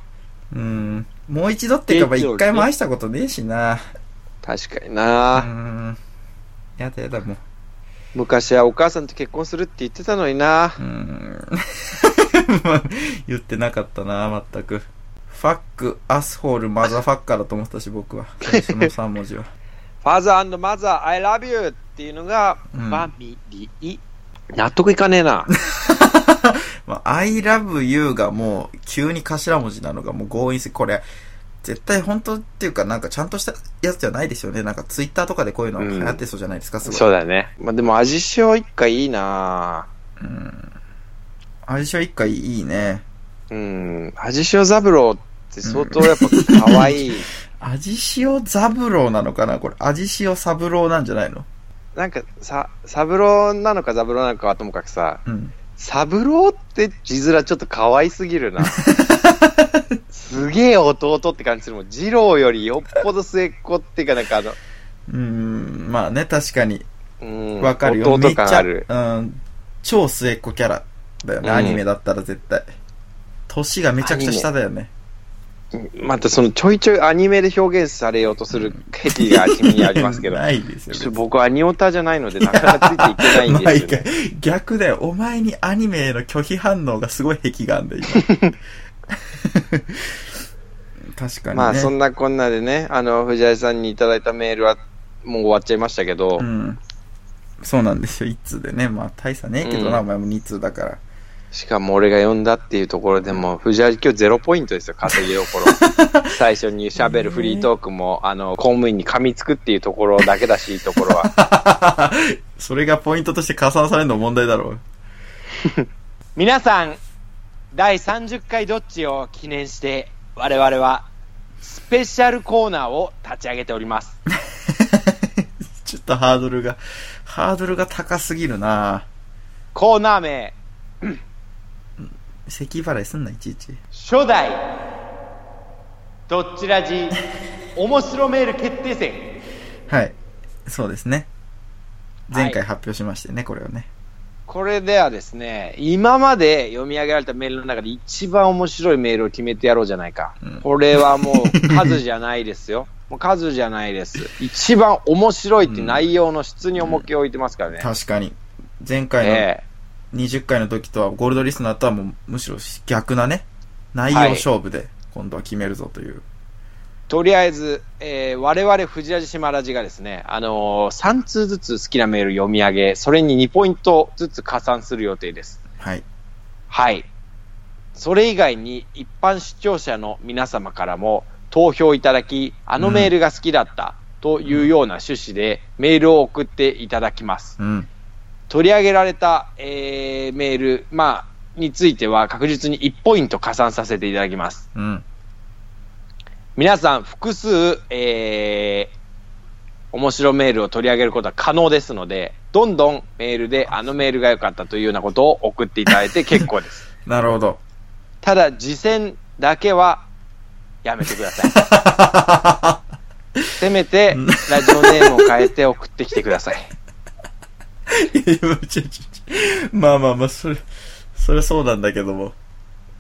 うん。もう一度って言えば出ちゃう一回も愛したことねえしな。確かにうな、ん。やだやだ、もう。昔はお母さんと結婚するって言ってたのになうーん 言ってなかったな、全く。ファック、アスホール、マザファッカーだと思ってたし、僕は。最初の3文字は。ファーザーマザー、I love you っていうのが、うんファミリー。納得いかねえな。まあ、I love you がもう、急に頭文字なのがもう強引すぎ。これ、絶対本当っていうか、なんかちゃんとしたやつじゃないですよね。なんかツイッターとかでこういうの流行ってそうじゃないですか、すごい。そうだね。まあ、でも味塩一回いいなうん。相性一回いいね。うん。味塩ザブローって相当やっぱ可愛 い。味塩ザブローなのかなこれ、味塩サブローなんじゃないのなんかさ、サブローなのかザブローなのかはともかくさ、うん。サブローって字面ちょっと可愛すぎる な。すげえ弟って感じするもん。ジローよりよっぽど末っ子っていうかなんかあの、うーん、まあね、確かに。うん。わかるよ。め弟っち感ゃ、ある。うん、超末っ子キャラだよね、うんアニメだったら絶対。年がめちゃくちゃ下だよね。またそのちょいちょいアニメで表現されようとする癖が君にあ りますけど、ないですよ。ちょっ別とに僕はアニオタじゃないのでなかなかついていけないんですよ、ね。毎回逆だよ。お前にアニメへの拒否反応がすごい壁があんだよ、今。 確かにね。まあそんなこんなでね、あの、藤井さんにいただいたメールはもう終わっちゃいましたけど、うん。そうなんですよ、一通でね。まあ大差ねえけどな、うおん前も二通だから。しかも俺が読んだっていうところでも、藤井今日ゼロポイントですよ、稼ぎどこ ろ。最初に喋るフリートークも、あの、公務員に噛みつくっていうところだけだし、いいとこ ろは。それがポイントとして加算されるの問題だろう。皆さん、第30回どっちを記念して、我々はスペシャルコーナーを立ち上げております。ちょっとハードルが、ハードルが高すぎるなコーナー名、咳払いすんな、いちいち。初代、どっちらじ、面白メール決定戦。はい。そうですね。はい前回発表しましてね、これをね。これではですね、今まで読み上げられたメールの中で一番面白いメールを決めてやろうじゃないか。うんこれはもう数じゃないですよ。 もう数じゃないです。一番面白いっていう内容の質に重きを置いてますからね。確かに。前回えの20回の時とは、ゴールドリスナーとはもうむしろ逆なね、内容勝負で今度は決めるぞという。えとりあえず、えー我々藤ラジ島ラジがですね、あのー3通ずつ好きなメール読み上げ、それに2ポイントずつ加算する予定です。はい。はい。それ以外に一般視聴者の皆様からも投票いただき、あのメールが好きだったというような趣旨でメールを送っていただきます。うん。取り上げられた、えーメール、まあ、については確実に1ポイント加算させていただきます。うん。皆さん複数、えー面白メールを取り上げることは可能ですので、どんどんメールであのメールが良かったというようなことを送っていただいて結構です。なるほど。 ただ、次戦だけはやめてくださ い。せめて、ラジオネームを変えて送ってきてください。いやちょちょちょまあまあまあ、それ、それそうなんだけども。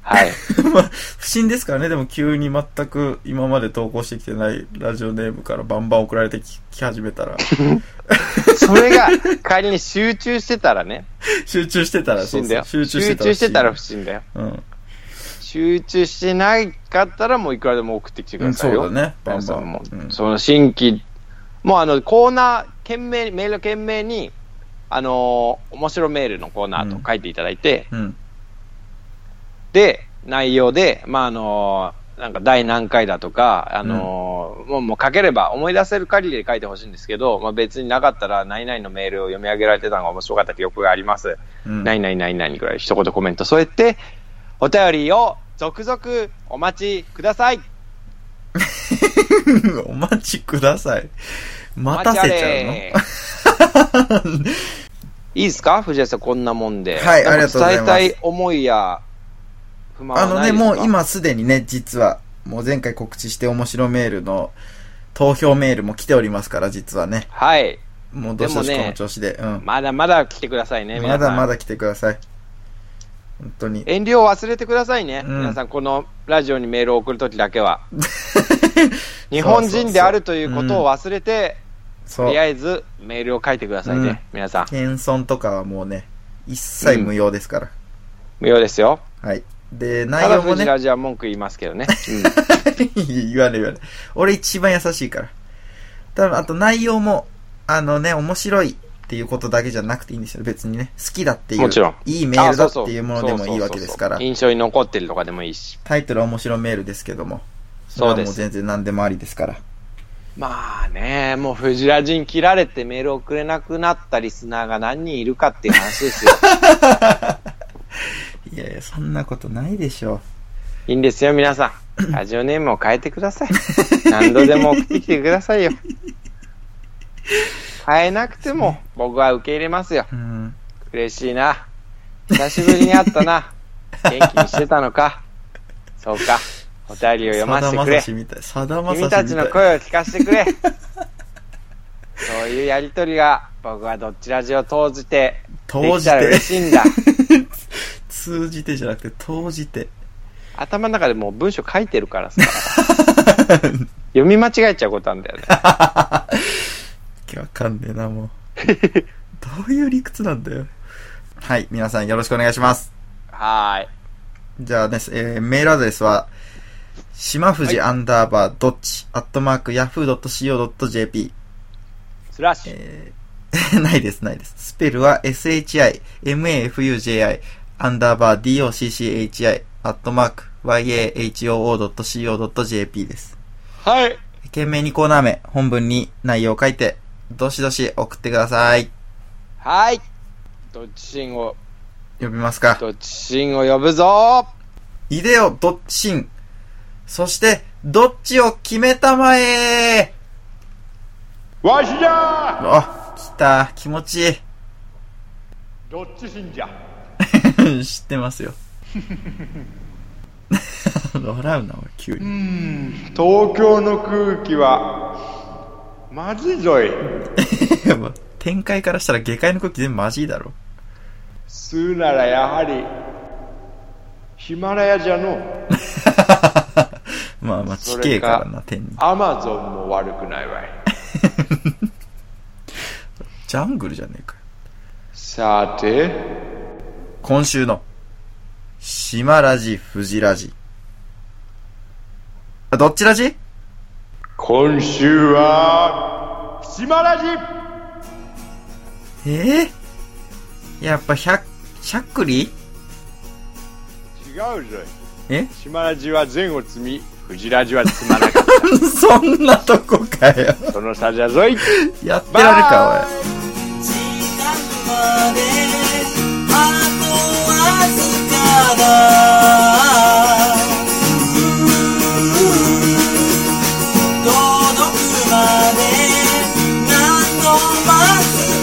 はい。まあ、不審ですからね、でも急に全く今まで投稿してきてないラジオネームからバンバン送られてきき始めたら、 それが、仮に集中してたらね、集中してたら、不審だよ。集中集中してしてたたらら不審だよ。不審。集中してないかったら、もういくらでも送ってきてくうん。ださいよ。そうだね、バンそバのもン。うんうその新規、もうあの、コーナー、懸命に、メールの件名に、あのー面白メールのコーナーと書いていただいて、うん。で、内容で、まあ、あのーなんか第何回だとか、あのーもう、もう書ければ、思い出せる限りで書いてほしいんですけど、まあ、別になかったら、何々のメールを読み上げられてたのが面白かった記憶があります。うん。何々何々ぐらい一言コメント添えて、お便りを続々お待ちください。 お待ちください。待たせちゃうの待あれ いいですか藤井さん、こんなもんで。はいなんかありがとうございます伝えたい思いや、不満あはのなね、いですかもう今すでにね、実は、もう前回告知して面白メールの投票メールも来ておりますから、実はね。はい。もうどしどしでもこねの調子で。うん。まだまだ来てくださいね、皆さまん。だまだ来てください。本当に。遠慮を忘れてくださいね、うん皆さん、このラジオにメールを送るときだ けは。日本人であるということを忘れて、そうとり。あえずメールを書いてくださいね、うん皆さん。謙遜とかはもうね、一切無用ですから。無用ですよ。はい。で、た内だ、容も藤ね、ラジオは文句言いますけどね。 言わねえ言わねえ。俺一番優しいから。多分あと内容も、あのね、面白いっていうことだけじゃなくていいんですよ。別にね。好きだっていう。もちろんいいメあールだっそそていうものでもいいわけですからそうそうそうそう。印象に残ってるとかでもいいし。タイトルは面白メールですけども。そうれではもうす。全然何でもありですから。まあね、もう藤ラジに切られてメールを送れなくなったリスナーが何人いるかっていう話ですよ。いやいや、そんなことないでしょいいんですよ、皆さ ん。ラジオネームを変えてください。何度でも送ってきてくださ いよ。変えなくても僕は受け入れますよ。う。うん。嬉しいな。久しぶりに会ったな。元気にしてたのか。そうか。お便りを読ませてくさだまれさ。しみたい。さだまさし君みたい。たちの声を聞かせてくれ。そういうやりとりが僕はどっちラジオを通じてで投きじたら嬉て。しいんだ。通じてじゃなくて、投じて。頭の中でもう文章書いてるから さ。読み間違えちゃうことなんだよね。わかんねえな、 もう。どういう理屈なんだよ。はい、皆さんよろしくお願いします。はーい。じゃあね、えーメールアドレスは、しまふじアンダーバーどっち、アットマーク、ヤフー .co.jp。スラッシュ。えー ないです、ないです。スペルは shi, mafuji, アンダーバー docchi, アットマーク、yahoo.co.jp です。はい。懸命にコーナー名、本文に内容を書いて、どしどし送ってください。はい。どっちしんを、呼びますか。どっちしんを呼ぶぞいでよ、どっちん。そして、どっちを決めたまえわしじゃあ、来た。気持ちいどっち信じゃい。 知ってますよ。笑うな、俺、急に。東京の空気はまずいぞいいや もう展開からしたら下界の空気全部マジいだろ。吸うならやはりヒマラヤじゃのまあまあ、地それか形からな、天に。アマゾンも悪くないわいジャングルじゃねえかよ。さて今週の、島ラジ、富士ラジ。あ、どっちラジ今週はヒマラジええやっぱ百、百里 違うぞいえヒマラジは善を積みフジラジは積まなかっそんなとこかよ。たその差じゃぞいやってられるか、おい。時間まであとわずかだうー届くまで何度待つ